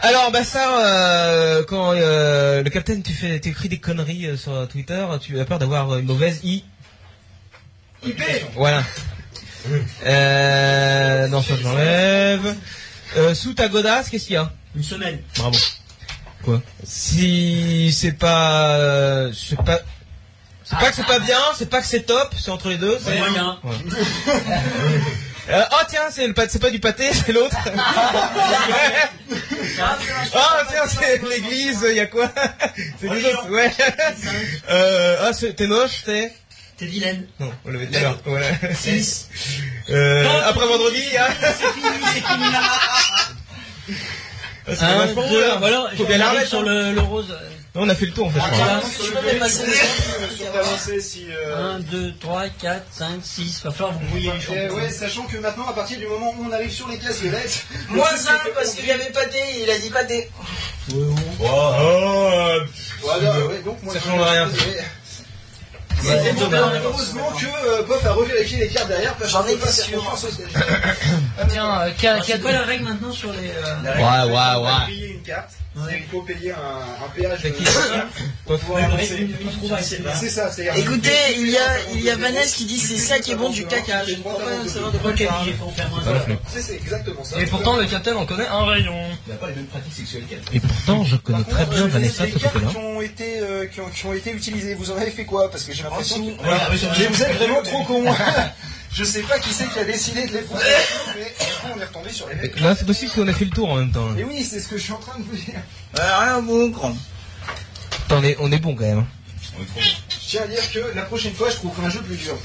S17: Alors, bah ça, euh, quand euh, le capitaine, tu fais, t'écris des conneries euh, sur Twitter, tu as peur d'avoir une mauvaise I.
S5: IP
S17: Voilà. Euh, non, ça je l'enlève. Euh, sous ta godasse, qu'est-ce qu'il y a
S2: Une semaine.
S17: Bravo. Quoi Si c'est pas, euh, c'est pas, c'est pas que c'est pas bien, c'est pas que c'est top, c'est entre les deux. c'est-
S2: moyen.
S17: Euh, oh tiens, c'est le pâ- c'est pas du pâté, c'est l'autre. Ah tiens, c'est l'église, y a quoi C'est les autres, ouais. Euh, ah, c'est- t'es moche, t'es
S3: T'es vilaine.
S17: Non, on l'avait tout à l'heure, voilà.
S3: Six.
S17: Euh, après vendredi, hein
S3: C'est fini, c'est fini.
S17: Ah, c'est
S7: Un,
S17: dommage pour vous,
S7: deux,
S17: là.
S7: voilà,
S17: Faut bien l'arrêt,
S7: j'arrive sur le, le Ah, rose.
S17: Non, on a fait le tour, en fait, je crois.
S3: Tiens,
S7: Voilà.
S3: est-ce que tu peux me passer les
S5: Euh, Sur ta lancée, si. euh,
S7: 1, 2, 3, 4, 5, 6. Va falloir vous brouiller les
S5: eh
S7: champions.
S5: ouais, sachant que maintenant, à partir du moment où on arrive sur les casquettes,
S3: Moins un, parce qu'il y avait pâté, il a dit pâté.
S17: Oh,
S5: Voilà, ouais, donc moi,
S17: Ça
S5: je-
S17: change rien.
S3: C'était
S5: Bon,
S3: dommage.
S5: ben, Heureusement que euh, Boff a revérifié les cartes derrière, parce
S3: J'en
S5: qu'on peut
S3: étais
S5: pas faire
S3: sûr.
S5: confiance au stage.
S4: Tiens, euh, qu'a-
S3: Alors,
S4: qu'a-
S3: C'est quoi la règle maintenant sur les. euh,
S5: La règle,
S17: Ouais,
S5: c'est
S17: ouais,
S5: qu'on va
S17: ouais.
S5: payer une carte, c'est
S3: Ouais.
S5: qu'il faut payer un, un péage.
S17: C'est
S5: de-
S17: qui
S5: pour pouvoir
S2: Ouais,
S5: avancer.
S2: une- une trouvaille, c'est pas.
S5: C'est ça, c'est
S3: Écoutez, il y a, il y a Vanessa qui dit c'est ça qui est bon du caca. Je ne crois pas savoir de quoi tu parles.
S2: J'ai pas offert moins
S17: Voilà.
S5: C'est c'est exactement ça.
S4: Et pourtant, le capitaine en connaît un rayon.
S1: Il n'a pas les mêmes pratiques sexuelles qu'elle.
S17: Et pourtant, je
S5: Par
S17: connais
S5: contre,
S17: très bien
S5: euh,
S17: Vanessa
S5: les cartes
S17: Topolin.
S5: qui ont été euh, qui ont, qui ont été utilisées, vous en avez fait quoi Parce que j'ai l'impression que
S1: Ah, Voilà, oui, sur-
S5: Mais vous êtes vraiment trop con. Je sais pas qui c'est qui a décidé de les foutre, mais on est retombé sur les mêmes.
S17: Là, c'est possible qu'on a fait le tour en même temps. hein.
S5: Mais oui, c'est ce que je suis en train de vous dire.
S3: Euh, Rien à vous, grand.
S17: Attends, on est- on est bon quand même. hein.
S5: Je tiens à dire que la prochaine fois, je trouverai un jeu plus dur.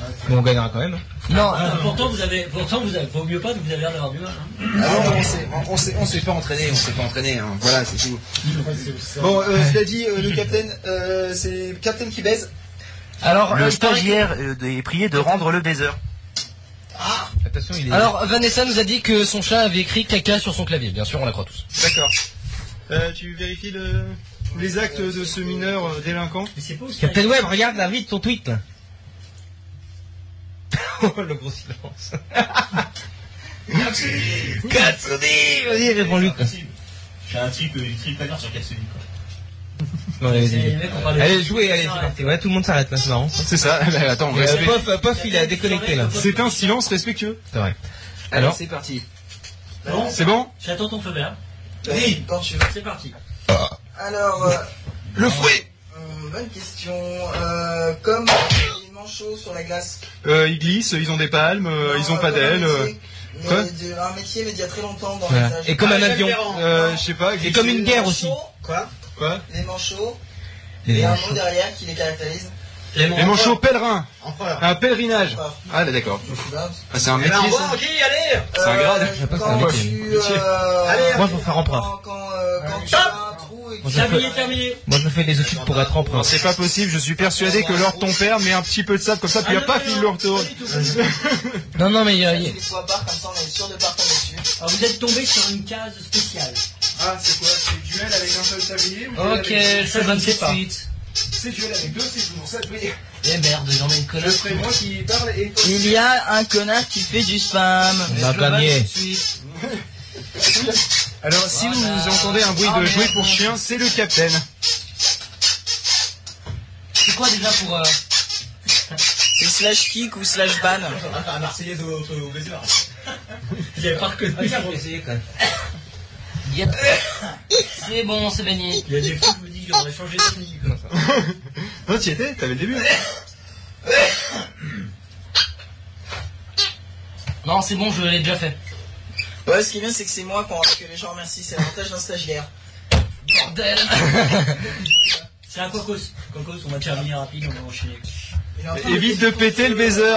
S17: Ah, Mais on gagnera quand même.
S4: Non, euh,
S7: Ah, pourtant, vous avez, pourtant, vous avez, vaut mieux pas, vous avez l'air d'avoir du mal. hein.
S5: Alors, on s'est- on s'est- on s'est pas entraîné, on s'est pas entraîné, hein. voilà, c'est tout. Bon, euh, cela dit, euh, le capitaine, euh, c'est le capitaine qui baise.
S4: alors, euh, il paraît que- Ah.
S6: est prié de rendre le baiser.
S17: Ah. Attention, il est.
S4: alors Vanessa nous a dit que son chat avait écrit caca sur son clavier. Bien sûr, on la croit tous.
S5: D'accord. tu vérifies les actes de ce mineur délinquant
S7: Mais c'est pas aussi.
S17: Captain Web, regarde la vie de ton tweet là. Oh, le gros silence. Katsuni Vas-y, réponds-lui. quoi.
S13: J'ai un trip, une trip à sur Cassini.
S17: Non, allez,
S7: C'est les
S17: vas-y.
S7: mecs, on parle de-
S17: Allez, jouez, allez, c'est parti. Ouais, tout le monde s'arrête là, c'est marrant. ça.
S5: C'est ça, attends,
S17: Et, euh, Pof, euh, Pof, il a déconnecté là.
S5: C'est un silence respectueux.
S17: C'est vrai.
S6: Alors,
S17: Alors,
S6: c'est parti.
S7: Bon,
S5: C'est bon
S7: j'attends ton feu vert.
S3: Oui, Euh, quand tu veux.
S7: C'est parti.
S3: Alors, euh,
S5: Le fouet
S3: hum, bonne question. Euh, comme les manchots sur la glace.
S5: Ils glissent, Euh, ils ont des palmes,
S3: Non,
S5: ils ont
S3: euh,
S5: pas
S3: comme un
S5: d'ailes.
S3: métier, mais
S5: quoi
S3: de- Un métier, mais d'il y a très longtemps dans
S17: voilà.
S3: le message.
S17: Et comme un
S5: Ah,
S17: avion.
S5: Euh, je sais pas,
S17: Et comme une
S3: Les
S17: guerre
S3: manchots,
S17: aussi.
S3: Quoi
S5: Quoi
S3: Les manchots.
S17: Les
S3: Et un
S17: manchots.
S3: mot derrière qui les caractérise.
S5: Les manchots pèlerins
S13: Empereur.
S5: Un pèlerinage
S3: Enfin,
S5: Ah, là, d'accord.
S3: je suis dingue.
S5: Ah, c'est un métier, ça C'est un
S3: Euh,
S5: grade.
S17: Je sais pas
S3: Quand
S17: comment
S3: tu.
S5: dire.
S3: euh,
S5: Allez,
S17: Moi, je veux faire empereur.
S3: Quand, quand, euh, quand tu as un trou et que
S17: Moi, je
S7: Terminé,
S17: fais-
S7: terminé.
S17: Moi, je fais des études pour être hein.
S5: Non,
S17: empereur.
S5: c'est pas possible, je suis persuadé que l'or de ton père met un petit peu de sable comme ça, puis
S7: Ah,
S5: hop,
S7: non,
S5: pas
S7: non,
S5: il
S7: non,
S5: le retourne.
S7: pas du tout, pas du tout.
S4: Non, non, mais euh, il-
S3: les soient barres, comme ça on est sûr de partir dessus.
S7: Alors, Ah, vous êtes tombé sur une case spéciale. Euh,
S5: Ah, c'est quoi C'est duel avec un seul sablier
S4: Ok, ça je ne sais pas.
S5: C'est duel avec deux, c'est toujours ça
S4: Eh merde, j'en ai une
S5: Je
S4: connasse.
S5: serai moi qui parle et
S3: Il y a un connard qui fait du spam.
S17: On a gagné.
S5: Alors, si vous entendez un
S3: Ah,
S5: bruit de jouet pour chien, c'est le capitaine.
S4: C'est quoi déjà pour... euh,
S3: C'est slash kick ou slash ban.
S1: Un Marseillais au, au baiser.
S7: J'avais pas reconnu.
S4: Yep. C'est bon, c'est béni.
S7: Il y a des fois, je me dis qu'on aurait changé d'amis. quoi.
S1: Ah,
S5: Non, tu y étais, t'avais le début.
S1: hein.
S4: Non, c'est bon, je l'ai déjà fait.
S3: Ouais, ce qui est bien, c'est que c'est moi quand que les gens remercient. C'est l'avantage d'un stagiaire.
S4: Bordel
S7: C'est un cocos. Cocos, on va terminer rapide, on va enchaîner.
S3: Il est en train de-
S5: Évite de péter le baiser.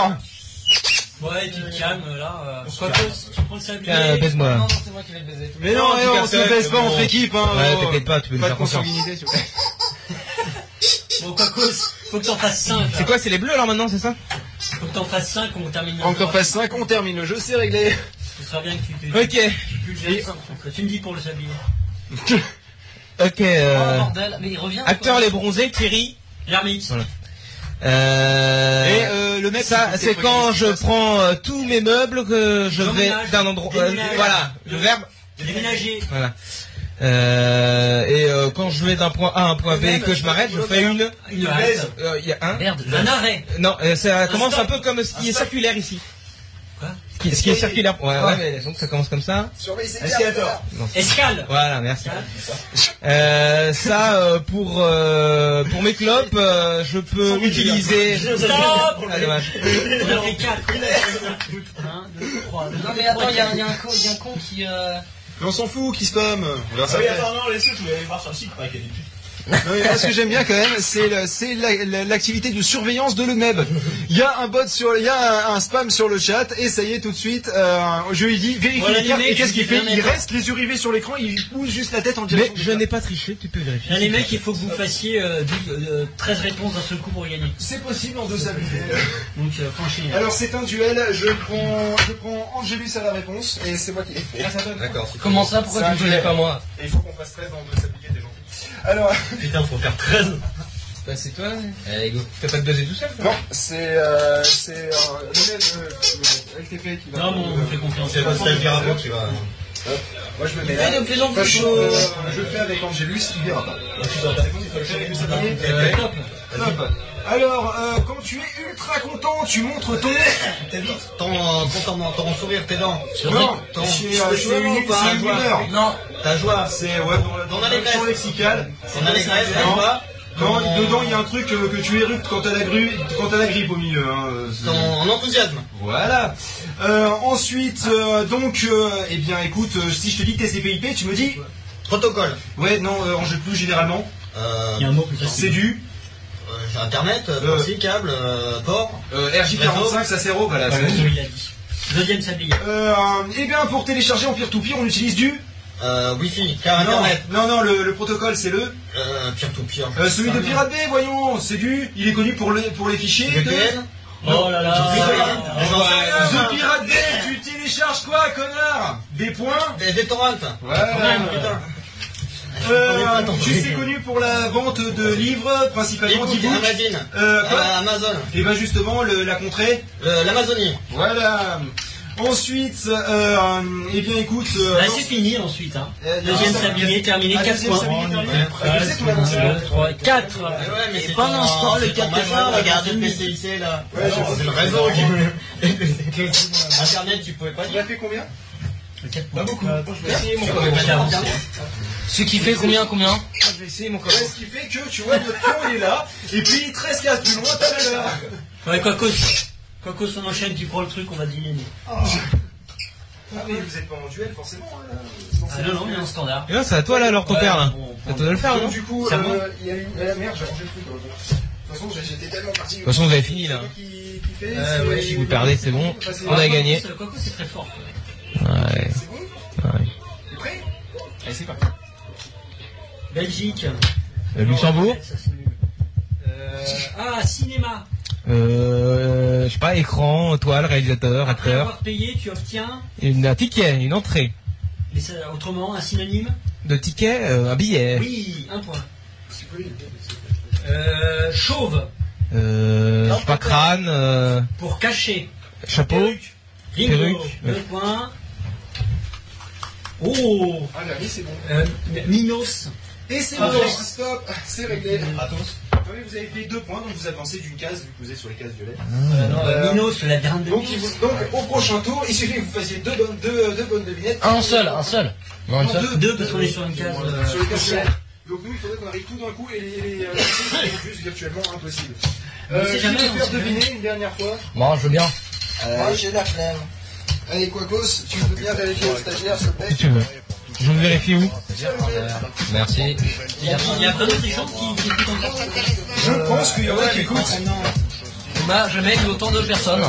S7: Ouais, et tu te calmes là.
S4: On se
S7: Quand
S4: calme.
S7: on- tu prends le sablier.
S4: Tiens, baise-moi.
S7: Non, non, c'est moi qui vais le baiser.
S4: Mais non,
S2: Ah,
S4: eh, on se baise pas entre équipes, hein,
S7: Ouais,
S4: oh.
S7: t'inquiète pas, tu peux nous
S4: Pas
S7: faire
S4: de
S7: confiance.
S4: consanguinité, s'il vous plaît.
S7: Bon, quoi cause, faut que t'en fasses 5.
S4: C'est quoi, c'est les bleus alors maintenant, c'est ça
S7: Faut que t'en fasses 5, on termine le
S4: Faut que t'en
S7: jeu.
S4: fasses cinq, on termine le jeu, c'est réglé.
S7: Ce sera bien que tu te.
S4: Ok.
S7: Tu pulvérises, après. Tu me dis pour le sablier.
S4: Ok, euh,
S7: Oh, bordel, mais il revient,
S4: Acteur
S7: quoi.
S4: les bronzés, Thierry.
S7: L'ermite.
S4: Voilà. Euh,
S7: Et, euh, le mec
S4: ça,
S7: qui
S4: c'est
S7: fait
S4: quand
S7: fouiller
S4: je prends euh, tous mes meubles que je vais
S7: Déménage.
S4: d'un endroit. euh,
S7: Déménage.
S4: voilà, le verbe.
S7: Déménager.
S4: Voilà. Euh, et euh, quand je vais d'un point A à un point B et
S7: Même,
S4: que je m'arrête, je fais une.
S7: Une halte.
S4: Euh, Il y a un.
S7: Merde, un arrêt.
S4: Non, euh, ça
S7: Un
S4: commence
S7: stop.
S4: un peu comme ce qui
S7: Un
S4: est
S7: stop.
S4: circulaire ici.
S7: Quoi
S4: Ce qui, ce qui est circulaire. Ouais,
S7: Ouais.
S4: ouais, mais donc ça commence comme ça.
S5: Surveille ses
S4: Escalator. Non.
S7: Escale.
S4: Voilà, merci. Euh, ça, euh, pour, euh, pour mes clopes, euh, je peux utiliser.
S7: Stop
S4: Ah, dommage.
S7: On a fait 4. 1, 2, 3.
S5: Non, mais attends, il y a- il y a un
S7: con, y a un con qui. euh,
S5: Mais on s'en fout, qui spam. On verra ça
S2: oui,
S5: après.
S2: attends, non, laissez, je voulais aller voir sur le site, pas qu'il y a des putes.
S5: Non, mais moi, ce que j'aime bien quand même, c'est le- c'est la- la- l'activité de surveillance de le MEB. Il y a un bot sur, il y a un, un spam sur le chat et ça y est tout de suite, euh, je lui dis vérifie
S7: Voilà
S5: les cartes
S7: l'idée,
S5: et qu'est-ce
S7: je
S5: qu'il
S7: suis
S5: fait
S7: bien
S5: Il
S7: d'accord.
S5: reste les yeux rivés sur l'écran, il pousse juste la tête en
S4: Mais
S5: direction.
S4: je n'ai pas triché, tu peux vérifier.
S7: Là, les mecs, il faut que vous fassiez euh, 12, euh, 13 réponses d'un seul coup pour gagner.
S5: C'est possible en deux sables.
S7: Donc, euh, franchement.
S5: Alors c'est un duel, je prends, je prends Angelus à la réponse et c'est moi qui l'ai fait.
S1: D'accord.
S18: Comment ça Pourquoi
S5: C'est
S18: tu
S5: un
S18: me connais
S5: duel.
S18: pas moi
S5: Et il faut qu'on fasse 13 dans deux sabliers, t'es gentil. Alors,
S1: Putain, faut faire 13.
S4: Bah, c'est toi. Allez, go. T'as pas de buzzer tout seul toi
S5: non, c'est euh, c'est euh, le MEB, euh, le LTP qui va.
S7: Non, bon, on fait confiance.
S1: C'est pas se dire avant, tu vas.
S5: Moi je me mets
S19: Il
S5: là.
S19: fait de plus en plus
S5: Façon,
S19: chaud.
S5: euh, je fais avec Angelus, il verra pas.
S7: Euh, top.
S5: Top. Alors, euh, quand tu es ultra content, tu montres ton.
S1: T'as vite. Ton, ton, ton sourire, tes dents.
S5: Non,
S1: Ton-
S5: c'est euh, c'est une c'est une humeur.
S19: Non,
S1: Ta joie, c'est ouais, dans, la- dans la
S5: L'action
S1: légresse.
S5: lexicale.
S1: Dans la légresse, ta joie.
S5: Non,
S1: Ton-
S5: dedans il y a un truc euh, que tu éruptes quand t'as la, gru- quand t'as la grippe au milieu. hein, euh, c'est-
S1: Ton enthousiasme.
S5: Voilà. Euh, ensuite, euh, donc, euh, eh bien, écoute, euh, si je te dis TCP/IP, tu me dis.
S1: Protocole.
S5: Ouais, non, euh, en jeu plus généralement,
S1: Euh,
S7: Il y a un mot plus
S5: c'est
S7: facile.
S5: du
S1: euh, Internet, euh,
S5: Euh.
S1: aussi, câble, euh, port.
S5: euh, RJ45, ça sert au voilà. c'est-
S7: Il a dit. Deuxième sablier.
S5: Euh, eh bien, pour télécharger en peer-to-peer, on utilise du.
S1: Euh, Wi-Fi, câble,
S5: non,
S1: Internet.
S5: non, non, le, le protocole, c'est le.
S1: Euh, pire tout pire.
S5: Euh, celui de Pirate Bay, voyons, c'est du. Il est connu pour, le, pour les fichiers. de-
S1: VPN.
S7: Oh là là.
S1: Putain.
S7: Oh,
S1: J'en sais
S5: Ouais,
S1: rien,
S5: The Pirate Bay, tu télécharges quoi, connard Des points
S1: Des, des torrents.
S5: Voilà.
S1: Putain.
S5: Euh,
S1: Attendez, attendez.
S5: tu sais connu pour la vente de livres, principalement
S1: Écoute,
S5: d'e-books.
S1: Amazon.
S5: Euh, quoi
S1: Euh, Amazon.
S5: Et ben justement, le- la contrée.
S1: Euh, L'Amazonie.
S5: Voilà. Ensuite, euh, eh bien écoute. euh,
S7: Là, Bah, c'est fini ensuite. Hein.
S1: Ah,
S5: euh,
S7: Deuxième
S5: non,
S7: sablier terminé,
S5: Ah,
S7: 4
S5: deuxième
S7: points.
S5: sablier terminé. Ah, je sais qu'on va lancer là.
S7: 3, 4.
S1: Eh ouais, mais
S19: Et
S1: c'est
S19: pendant
S1: ton-
S19: ce temps, le
S1: c'est ton
S19: capteur,
S1: majeur,
S19: là,
S1: regarde le
S19: il est
S1: PCIC là.
S5: Ouais, je
S1: Non,
S5: sais.
S1: c'est le réseau qui- Internet, tu pouvais pas
S5: Tu
S1: dire.
S5: as fait combien
S1: Pas beaucoup.
S7: On peut pas t'avancer.
S18: Ce qui fait combien, combien
S4: Je vais essayer mon
S5: Ouais, Ce qui fait que tu vois, notre pion il est là, et puis 13 cases plus loin, t'as le là.
S7: Ouais, quoi cause. Quoi cause, on enchaîne, tu prends le truc, on va diminuer.
S5: Ah, mais vous êtes pas en duel forcément. hein. là.
S7: Ah non, non, mais en standard.
S4: Et là, c'est à toi là alors ton
S7: Ouais,
S4: père là.
S7: bon,
S4: C'est à toi de le faire non
S5: Donc,
S4: De
S5: du coup,
S7: C'est à
S5: euh,
S7: moi
S5: il y a une. ah, merde, j'ai rangé le truc. dans le- De toute façon, j'ai- j'étais tellement parti. De
S4: toute façon, vous avez fini là.
S5: Qui, qui fait,
S4: Ouais,
S5: c'est-
S4: ouais, si vous perdez, c'est bon. On a gagné.
S7: Quoi cause, c'est très fort. quoi.
S4: Ouais.
S5: C'est bon
S4: Ouais.
S5: T'es prêt
S4: Allez, c'est parti.
S7: Belgique.
S4: Euh, Luxembourg.
S7: Ça, c'est nul. Euh, Ah, cinéma.
S4: Euh, je sais pas, écran, toile, réalisateur,
S7: Après
S4: acteur.
S7: avoir payé, tu obtiens,
S4: Une, un ticket, une entrée.
S7: mais ça- autrement, un synonyme
S4: De ticket, euh, un billet.
S7: Oui, un point. Euh, chauve,
S4: Euh, je sais pas, crâne, euh,
S7: pour cacher.
S4: chapeau.
S7: Ringo,
S4: Perruque.
S7: deux points. Oh
S5: Ah, la vie, c'est bon.
S7: euh, Minos,
S5: Et c'est
S7: Ah,
S5: bon,
S7: oui.
S5: stop, c'est réglé. Atos. vous avez fait deux points, donc vous avancez d'une case, vu que vous êtes sur les cases violettes.
S7: Euh, non,
S5: Euh,
S7: Minos, la dernière de
S5: Donc,
S7: Minos.
S5: il vous- donc, au prochain tour, il suffit que vous fassiez deux bonnes, deux, deux bonnes devinettes.
S18: Un seul, un seul. Non,
S5: Non,
S18: une seule.
S5: deux,
S7: Deux, parce qu'on est sur une case, euh,
S5: sur les cases violettes. Donc nous, il faudrait qu'on arrive tout d'un coup et les, les, euh, les choses sont juste virtuellement impossibles. Euh,
S7: On sait
S5: qui
S7: jamais,
S5: peut
S7: on
S5: faire
S7: sait jamais.
S5: deviner une dernière fois
S18: Bon, je veux bien.
S19: moi j'ai la flemme.
S5: Allez, Quacos, tu peux bien vérifier le stagiaire, s'il te plaît
S4: Si tu veux. Je vérifie où. Merci.
S5: Euh,
S7: Il y a, il y a vraiment des gens qui, qui écoutent encore.
S5: Je pense qu'il y en a qui écoutent.
S4: On n'a jamais eu autant de personnes.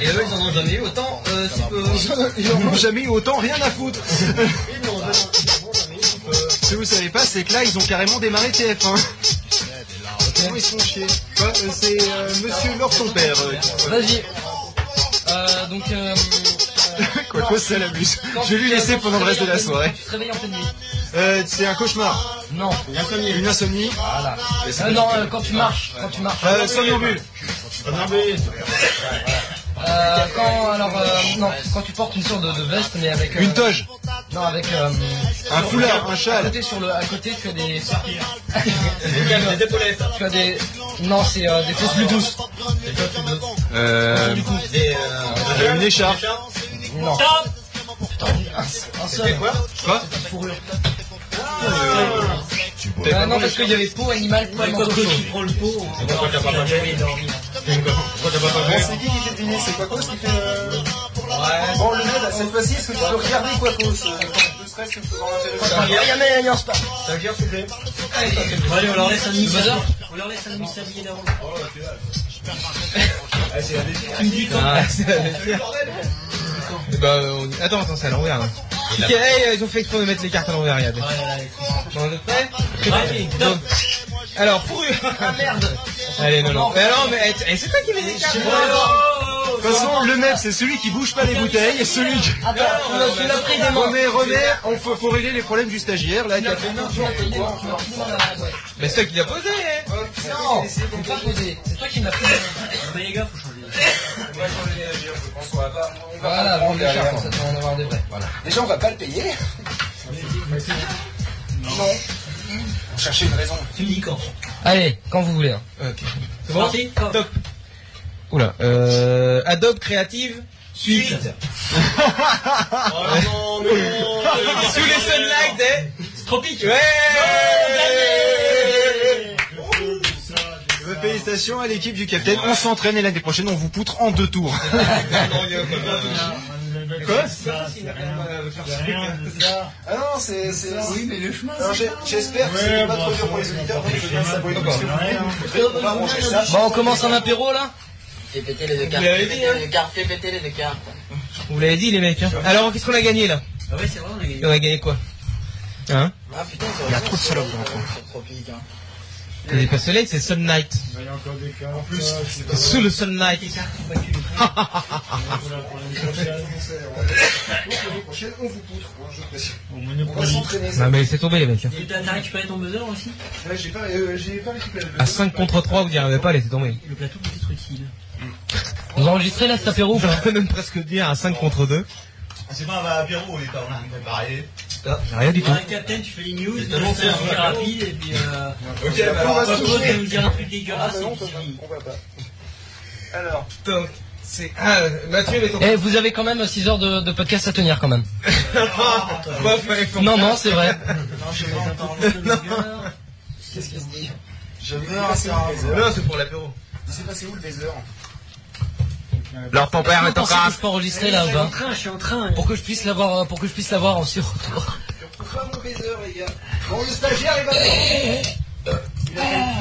S2: Et eux, ils en ont jamais eu autant, euh, si peu.
S1: Ils en ont jamais eu autant, rien à foutre. Ce que vous savez pas, c'est que là, ils ont carrément démarré TF1. Comment ils sont chiés Bah, euh, C'est euh, Monsieur Laure ton père. euh, qui-
S4: Vas-y. Euh, donc, euh,
S1: Quoique ça l'abuse.
S4: quand
S1: Je vais lui
S4: tu-
S1: laisser
S4: quand
S1: pendant
S4: tu
S1: le reste de la
S4: réveilles en pleine-
S1: soirée.
S4: Tu te réveilles en pleine nuit.
S1: Euh, c'est un cauchemar.
S4: Non.
S1: Une insomnie. Une insomnie.
S4: Voilà. Euh, non, euh, quand tu marches. Quand tu marches.
S1: Euh, somnambule.
S4: Euh, quand, alors, euh, non, quand tu portes une sorte de, de veste, mais avec. euh,
S1: Une toge.
S4: Non, avec. euh,
S1: Un
S4: sur-
S1: foulard, un
S4: À
S1: châle.
S4: côté, sur le, à côté, tu as des. des épaulettes. Tu as des. Non, c'est euh, des fausses Bluetooth.
S1: Euh,
S4: Du coup.
S1: euh, une écharpe.
S4: Non. Un seul. Quoi
S1: Quoi
S4: Fourrure. Euh, non, parce qu'il y avait peau animale, peau
S7: Pourquoi
S4: manteau
S7: que tu
S4: chaud.
S7: prends le pot
S20: Pourquoi t'as pas mangé
S1: C'est qui qui fait deviner C'est Quacos qui fait. euh, Bon, le mec, là, cette fois-ci, est-ce que tu peux regarder Quacos euh, Ne serait-ce que pour avoir
S4: Ah, Il y a
S1: l'intérêt.
S4: mais il y a un spa.
S1: T'as bien soulevé
S7: Allez, on leur laisse un
S4: Le buzzer
S7: On leur laisse un demi s'habiller d'avant.
S2: Tu me dis
S7: Ah,
S2: c'est la vérité. Eh ben, on y- Attends, attends, c'est à l'envers. là. Ok, hey, euh, ils ont fait exprès de mettre les cartes à l'envers, regardez. Dans le prêt
S7: Allez,
S2: Donc, Alors, fourrure
S4: Ah merde
S2: Allez, non, non. Mais non, mais eh, eh, c'est toi qui mets les cartes
S1: De toute façon, le mec, c'est celui qui bouge pas les bouteilles et celui qui.
S4: Attends, tu l'as- tu l'as pris des mains.
S1: Remets, remets, on faut, faut régler les problèmes du stagiaire là. qui a fait-
S4: Tu l'as pris des mains, tu l'as pris dans la- ouais.
S2: Mais c'est toi qui l'as posé hein.
S4: Non, faut pas poser. C'est toi qui me l'as pris.
S7: Mais les gars, faut changer.
S5: Ah,
S4: Voilà, bon, les charpes, ça doit en avoir des vrais. Voilà.
S5: Déjà, on va pas le payer. Non. On cherchait une raison.
S7: Tu me dis quand
S4: Allez, quand vous voulez. hein.
S7: C'est parti
S2: Top. Oula, euh, Adobe Creative Suite.
S20: non, mais non
S2: Sous les sunlights des...
S7: Stropique
S2: Ouais
S1: Euh, Félicitations à l'équipe du capitaine. On s'entraîne et l'année prochaine, on vous poutre en deux tours. Quoi
S5: Ah non, c'est. c'est- Alors, j'ai- J'espère que c'est pas trop dur pour les auditeurs. donc je vais ça brûler, parce que vous- on va arranger ça.
S4: Bon, on commence un apéro là
S3: Fais péter les deux cartes.
S2: l'avez
S3: Fais
S2: dit,
S5: hein.
S3: péter les deux cartes. Fais péter les deux cartes.
S2: Vous l'avez dit les mecs. hein. Alors qu'est-ce qu'on a gagné là
S7: Ah ouais, c'est vrai, on a gagné.
S2: On a gagné quoi Hein
S3: Ah putain, il y a trop de salopes dans le tropique. Hein.
S2: C'est pas soleil, c'est sunlight.
S1: En plus,
S2: C'est Sous le sunlight.
S1: l'année prochaine, on vous poutre. hein, je précise. On va s'entraîner. ça.
S2: Non mais c'est tombé les mecs. hein.
S7: Et T'as t'as récupéré ton buzzer aussi
S1: Ouais, J'ai pas euh, j'ai pas récupéré
S20: Ah,
S1: le-
S2: À 5 contre 3, vous n'y arrivez pas, laissez tomber.
S7: Le plateau peut être utile.
S4: Vous enregistrez là cet apéro ou pas
S2: J'aurais même presque dire à 5 contre 2.
S20: C'est pas un apéro, on est pas on est préparé.
S2: Rien du tout.
S7: Ouais, Captain, tu fais les news, tu
S20: bon,
S7: fais
S20: c'est un
S7: un truc
S20: vrai
S7: rapide et puis. euh,
S20: Ok, bah
S1: On va
S7: Pas
S1: se
S7: de cause,
S1: toucher.
S7: tu nous dire un truc
S1: Ah,
S7: dégueulasse
S1: bah non,
S7: et
S1: ça va,
S7: puis.
S1: on va pas. Alors,
S2: Donc, c'est. Ah, Mathieu, mais ton.
S4: Eh, vous avez quand même 6 heures de, de podcast à tenir quand même.
S2: Quoi, fallait que ton-
S4: Non, non, c'est vrai.
S7: Non, je vais mettre un parole de longueur.
S5: Qu'est-ce qu'il se dit Je
S1: il s'est
S5: veux
S1: passé où le baiser
S2: Non, c'est pour l'apéro.
S5: Il s'est passé où le baiser
S2: Leur ton père
S4: Vous pensez que je peux enregistrer là ou
S7: Je suis en
S4: pas
S7: train, je suis en train.
S4: Pour que je puisse l'avoir, euh, pour que je puisse l'avoir en sur-retour.
S5: Pas mon baiser, les gars. Bon, le stagiaire, il va. Il a-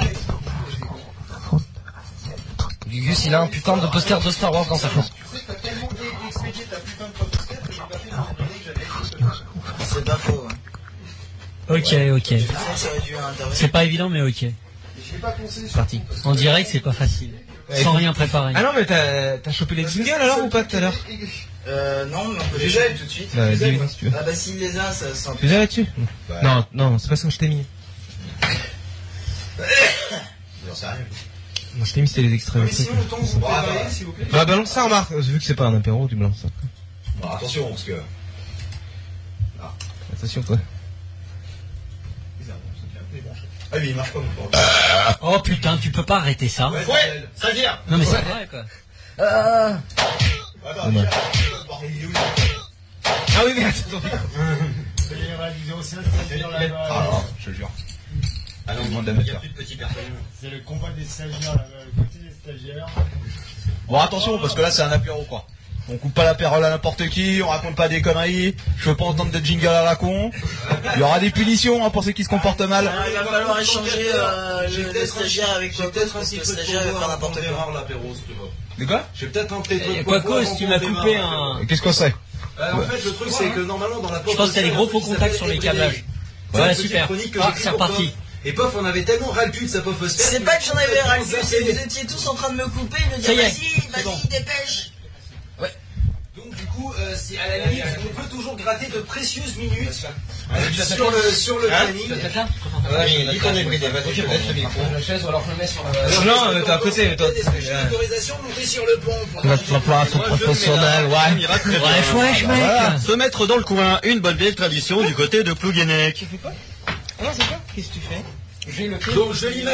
S4: Gugus, il a un putain de poster de Star Wars dans sa chambre.
S5: Tu sais, t'as tellement expédié ta putain de pop que j'ai pas fait pour te donner que j'avais.
S3: C'est pas faux. Hein.
S21: Ok, ok.
S5: Ah,
S3: Ça, ça aurait dû intervenir.
S21: C'est pas évident, mais ok.
S1: j'ai pas pensé sur.
S2: Parti.
S21: On dirait que c'est pas facile. Sans rien préparer.
S2: Ah non, mais t'as t'as chopé les jingles alors ou pas tout à l'heure
S3: Euh, non, mais on peut les jeter tout de suite.
S2: Bah, dis si tu veux.
S3: Ah bah s'il les a, ça sent
S2: Tu les as là-dessus Non, non, c'est pas ça que je t'ai mis.
S20: Non, sérieux.
S2: Non, je t'ai mis, c'était les extraits.
S1: Mais sinon, le temps que vous préparez, s'il vous plaît.
S2: Bah, balance ça, remarque. Vu que c'est pas un apéro, tu balances ça.
S20: Bon, attention, parce que.
S2: Attention, quoi.
S20: Ah oui, il marche pas mon porte.
S21: Oh putain, tu peux pas arrêter ça.
S20: Ouais, ça vire
S21: Non mais c'est vrai quoi.
S4: Ah,
S20: Attends,
S2: Dommage.
S20: vire. Il est où
S2: Ah oui, merde, ton micro.
S20: Ah non, je le jure. Ah non, demande la meuf. Il y a plus de petits personnages.
S22: C'est le combat des stagiaires là-bas, le côté des stagiaires.
S23: Bon, attention, parce que là, c'est un apéro, quoi.
S1: on coupe pas la parole à n'importe qui, on raconte pas des conneries, je veux pas entendre de jingle à la con. Il y aura des punitions hein, pour ceux qui se comportent mal.
S3: Ah, il va falloir échanger euh, le, le stagiaire avec
S5: J'ai
S3: quoi
S5: peut-être un
S3: parce
S5: petit
S3: que
S5: peu
S3: le
S5: de
S3: stagiaire va
S5: Congo avant
S3: faire
S5: qu'on
S3: n'importe quoi.
S5: démarre l'apéro, si tu veux.
S1: De quoi
S5: J'ai peut-être un petit
S3: Eh,
S5: peu de
S1: quoi
S5: Congo
S1: cause,
S5: avant
S1: tu
S5: qu'on
S1: m'as
S5: démarre
S1: coupé
S5: l'apéro.
S3: hein.
S1: un- Qu'est-ce qu'on sait
S5: Bah, En fait, le truc, c'est que normalement, dans la
S1: Je pense qu'il y a des gros faux contacts sur les câblages. Voilà,
S7: super. Ah, c'est reparti.
S5: Et pof, on avait tellement ras le cul de sa pophosphère.
S3: C'est pas que j'en avais ras le cul, c'est que vous étiez tous en train de me couper et de me
S5: Ça
S3: dire
S5: y est,
S3: vas-y, vas-y, dépêche.
S5: Donc, du coup, euh, c'est à la limite, on peut toujours gratter de précieuses minutes euh,
S4: tu vas
S5: sur
S4: t'appeler
S5: le, sur le
S4: Hein
S5: planning.
S4: Tu vas t'appeler
S5: Oui, dis ton débris, vas-y, je te laisse le micro.
S4: Non, non, euh, t'es à côté, mais toi.
S5: Autorisation de monter sur le pont. pour-
S24: professionnel, ouais.
S1: bah,
S5: Wesh, wesh, mec.
S24: Se mettre dans le coin, une bonne vieille tradition du côté de Plouguenec.
S4: Non, c'est quoi Qu'est-ce que tu fais J'ai le
S5: Donc, je lis ma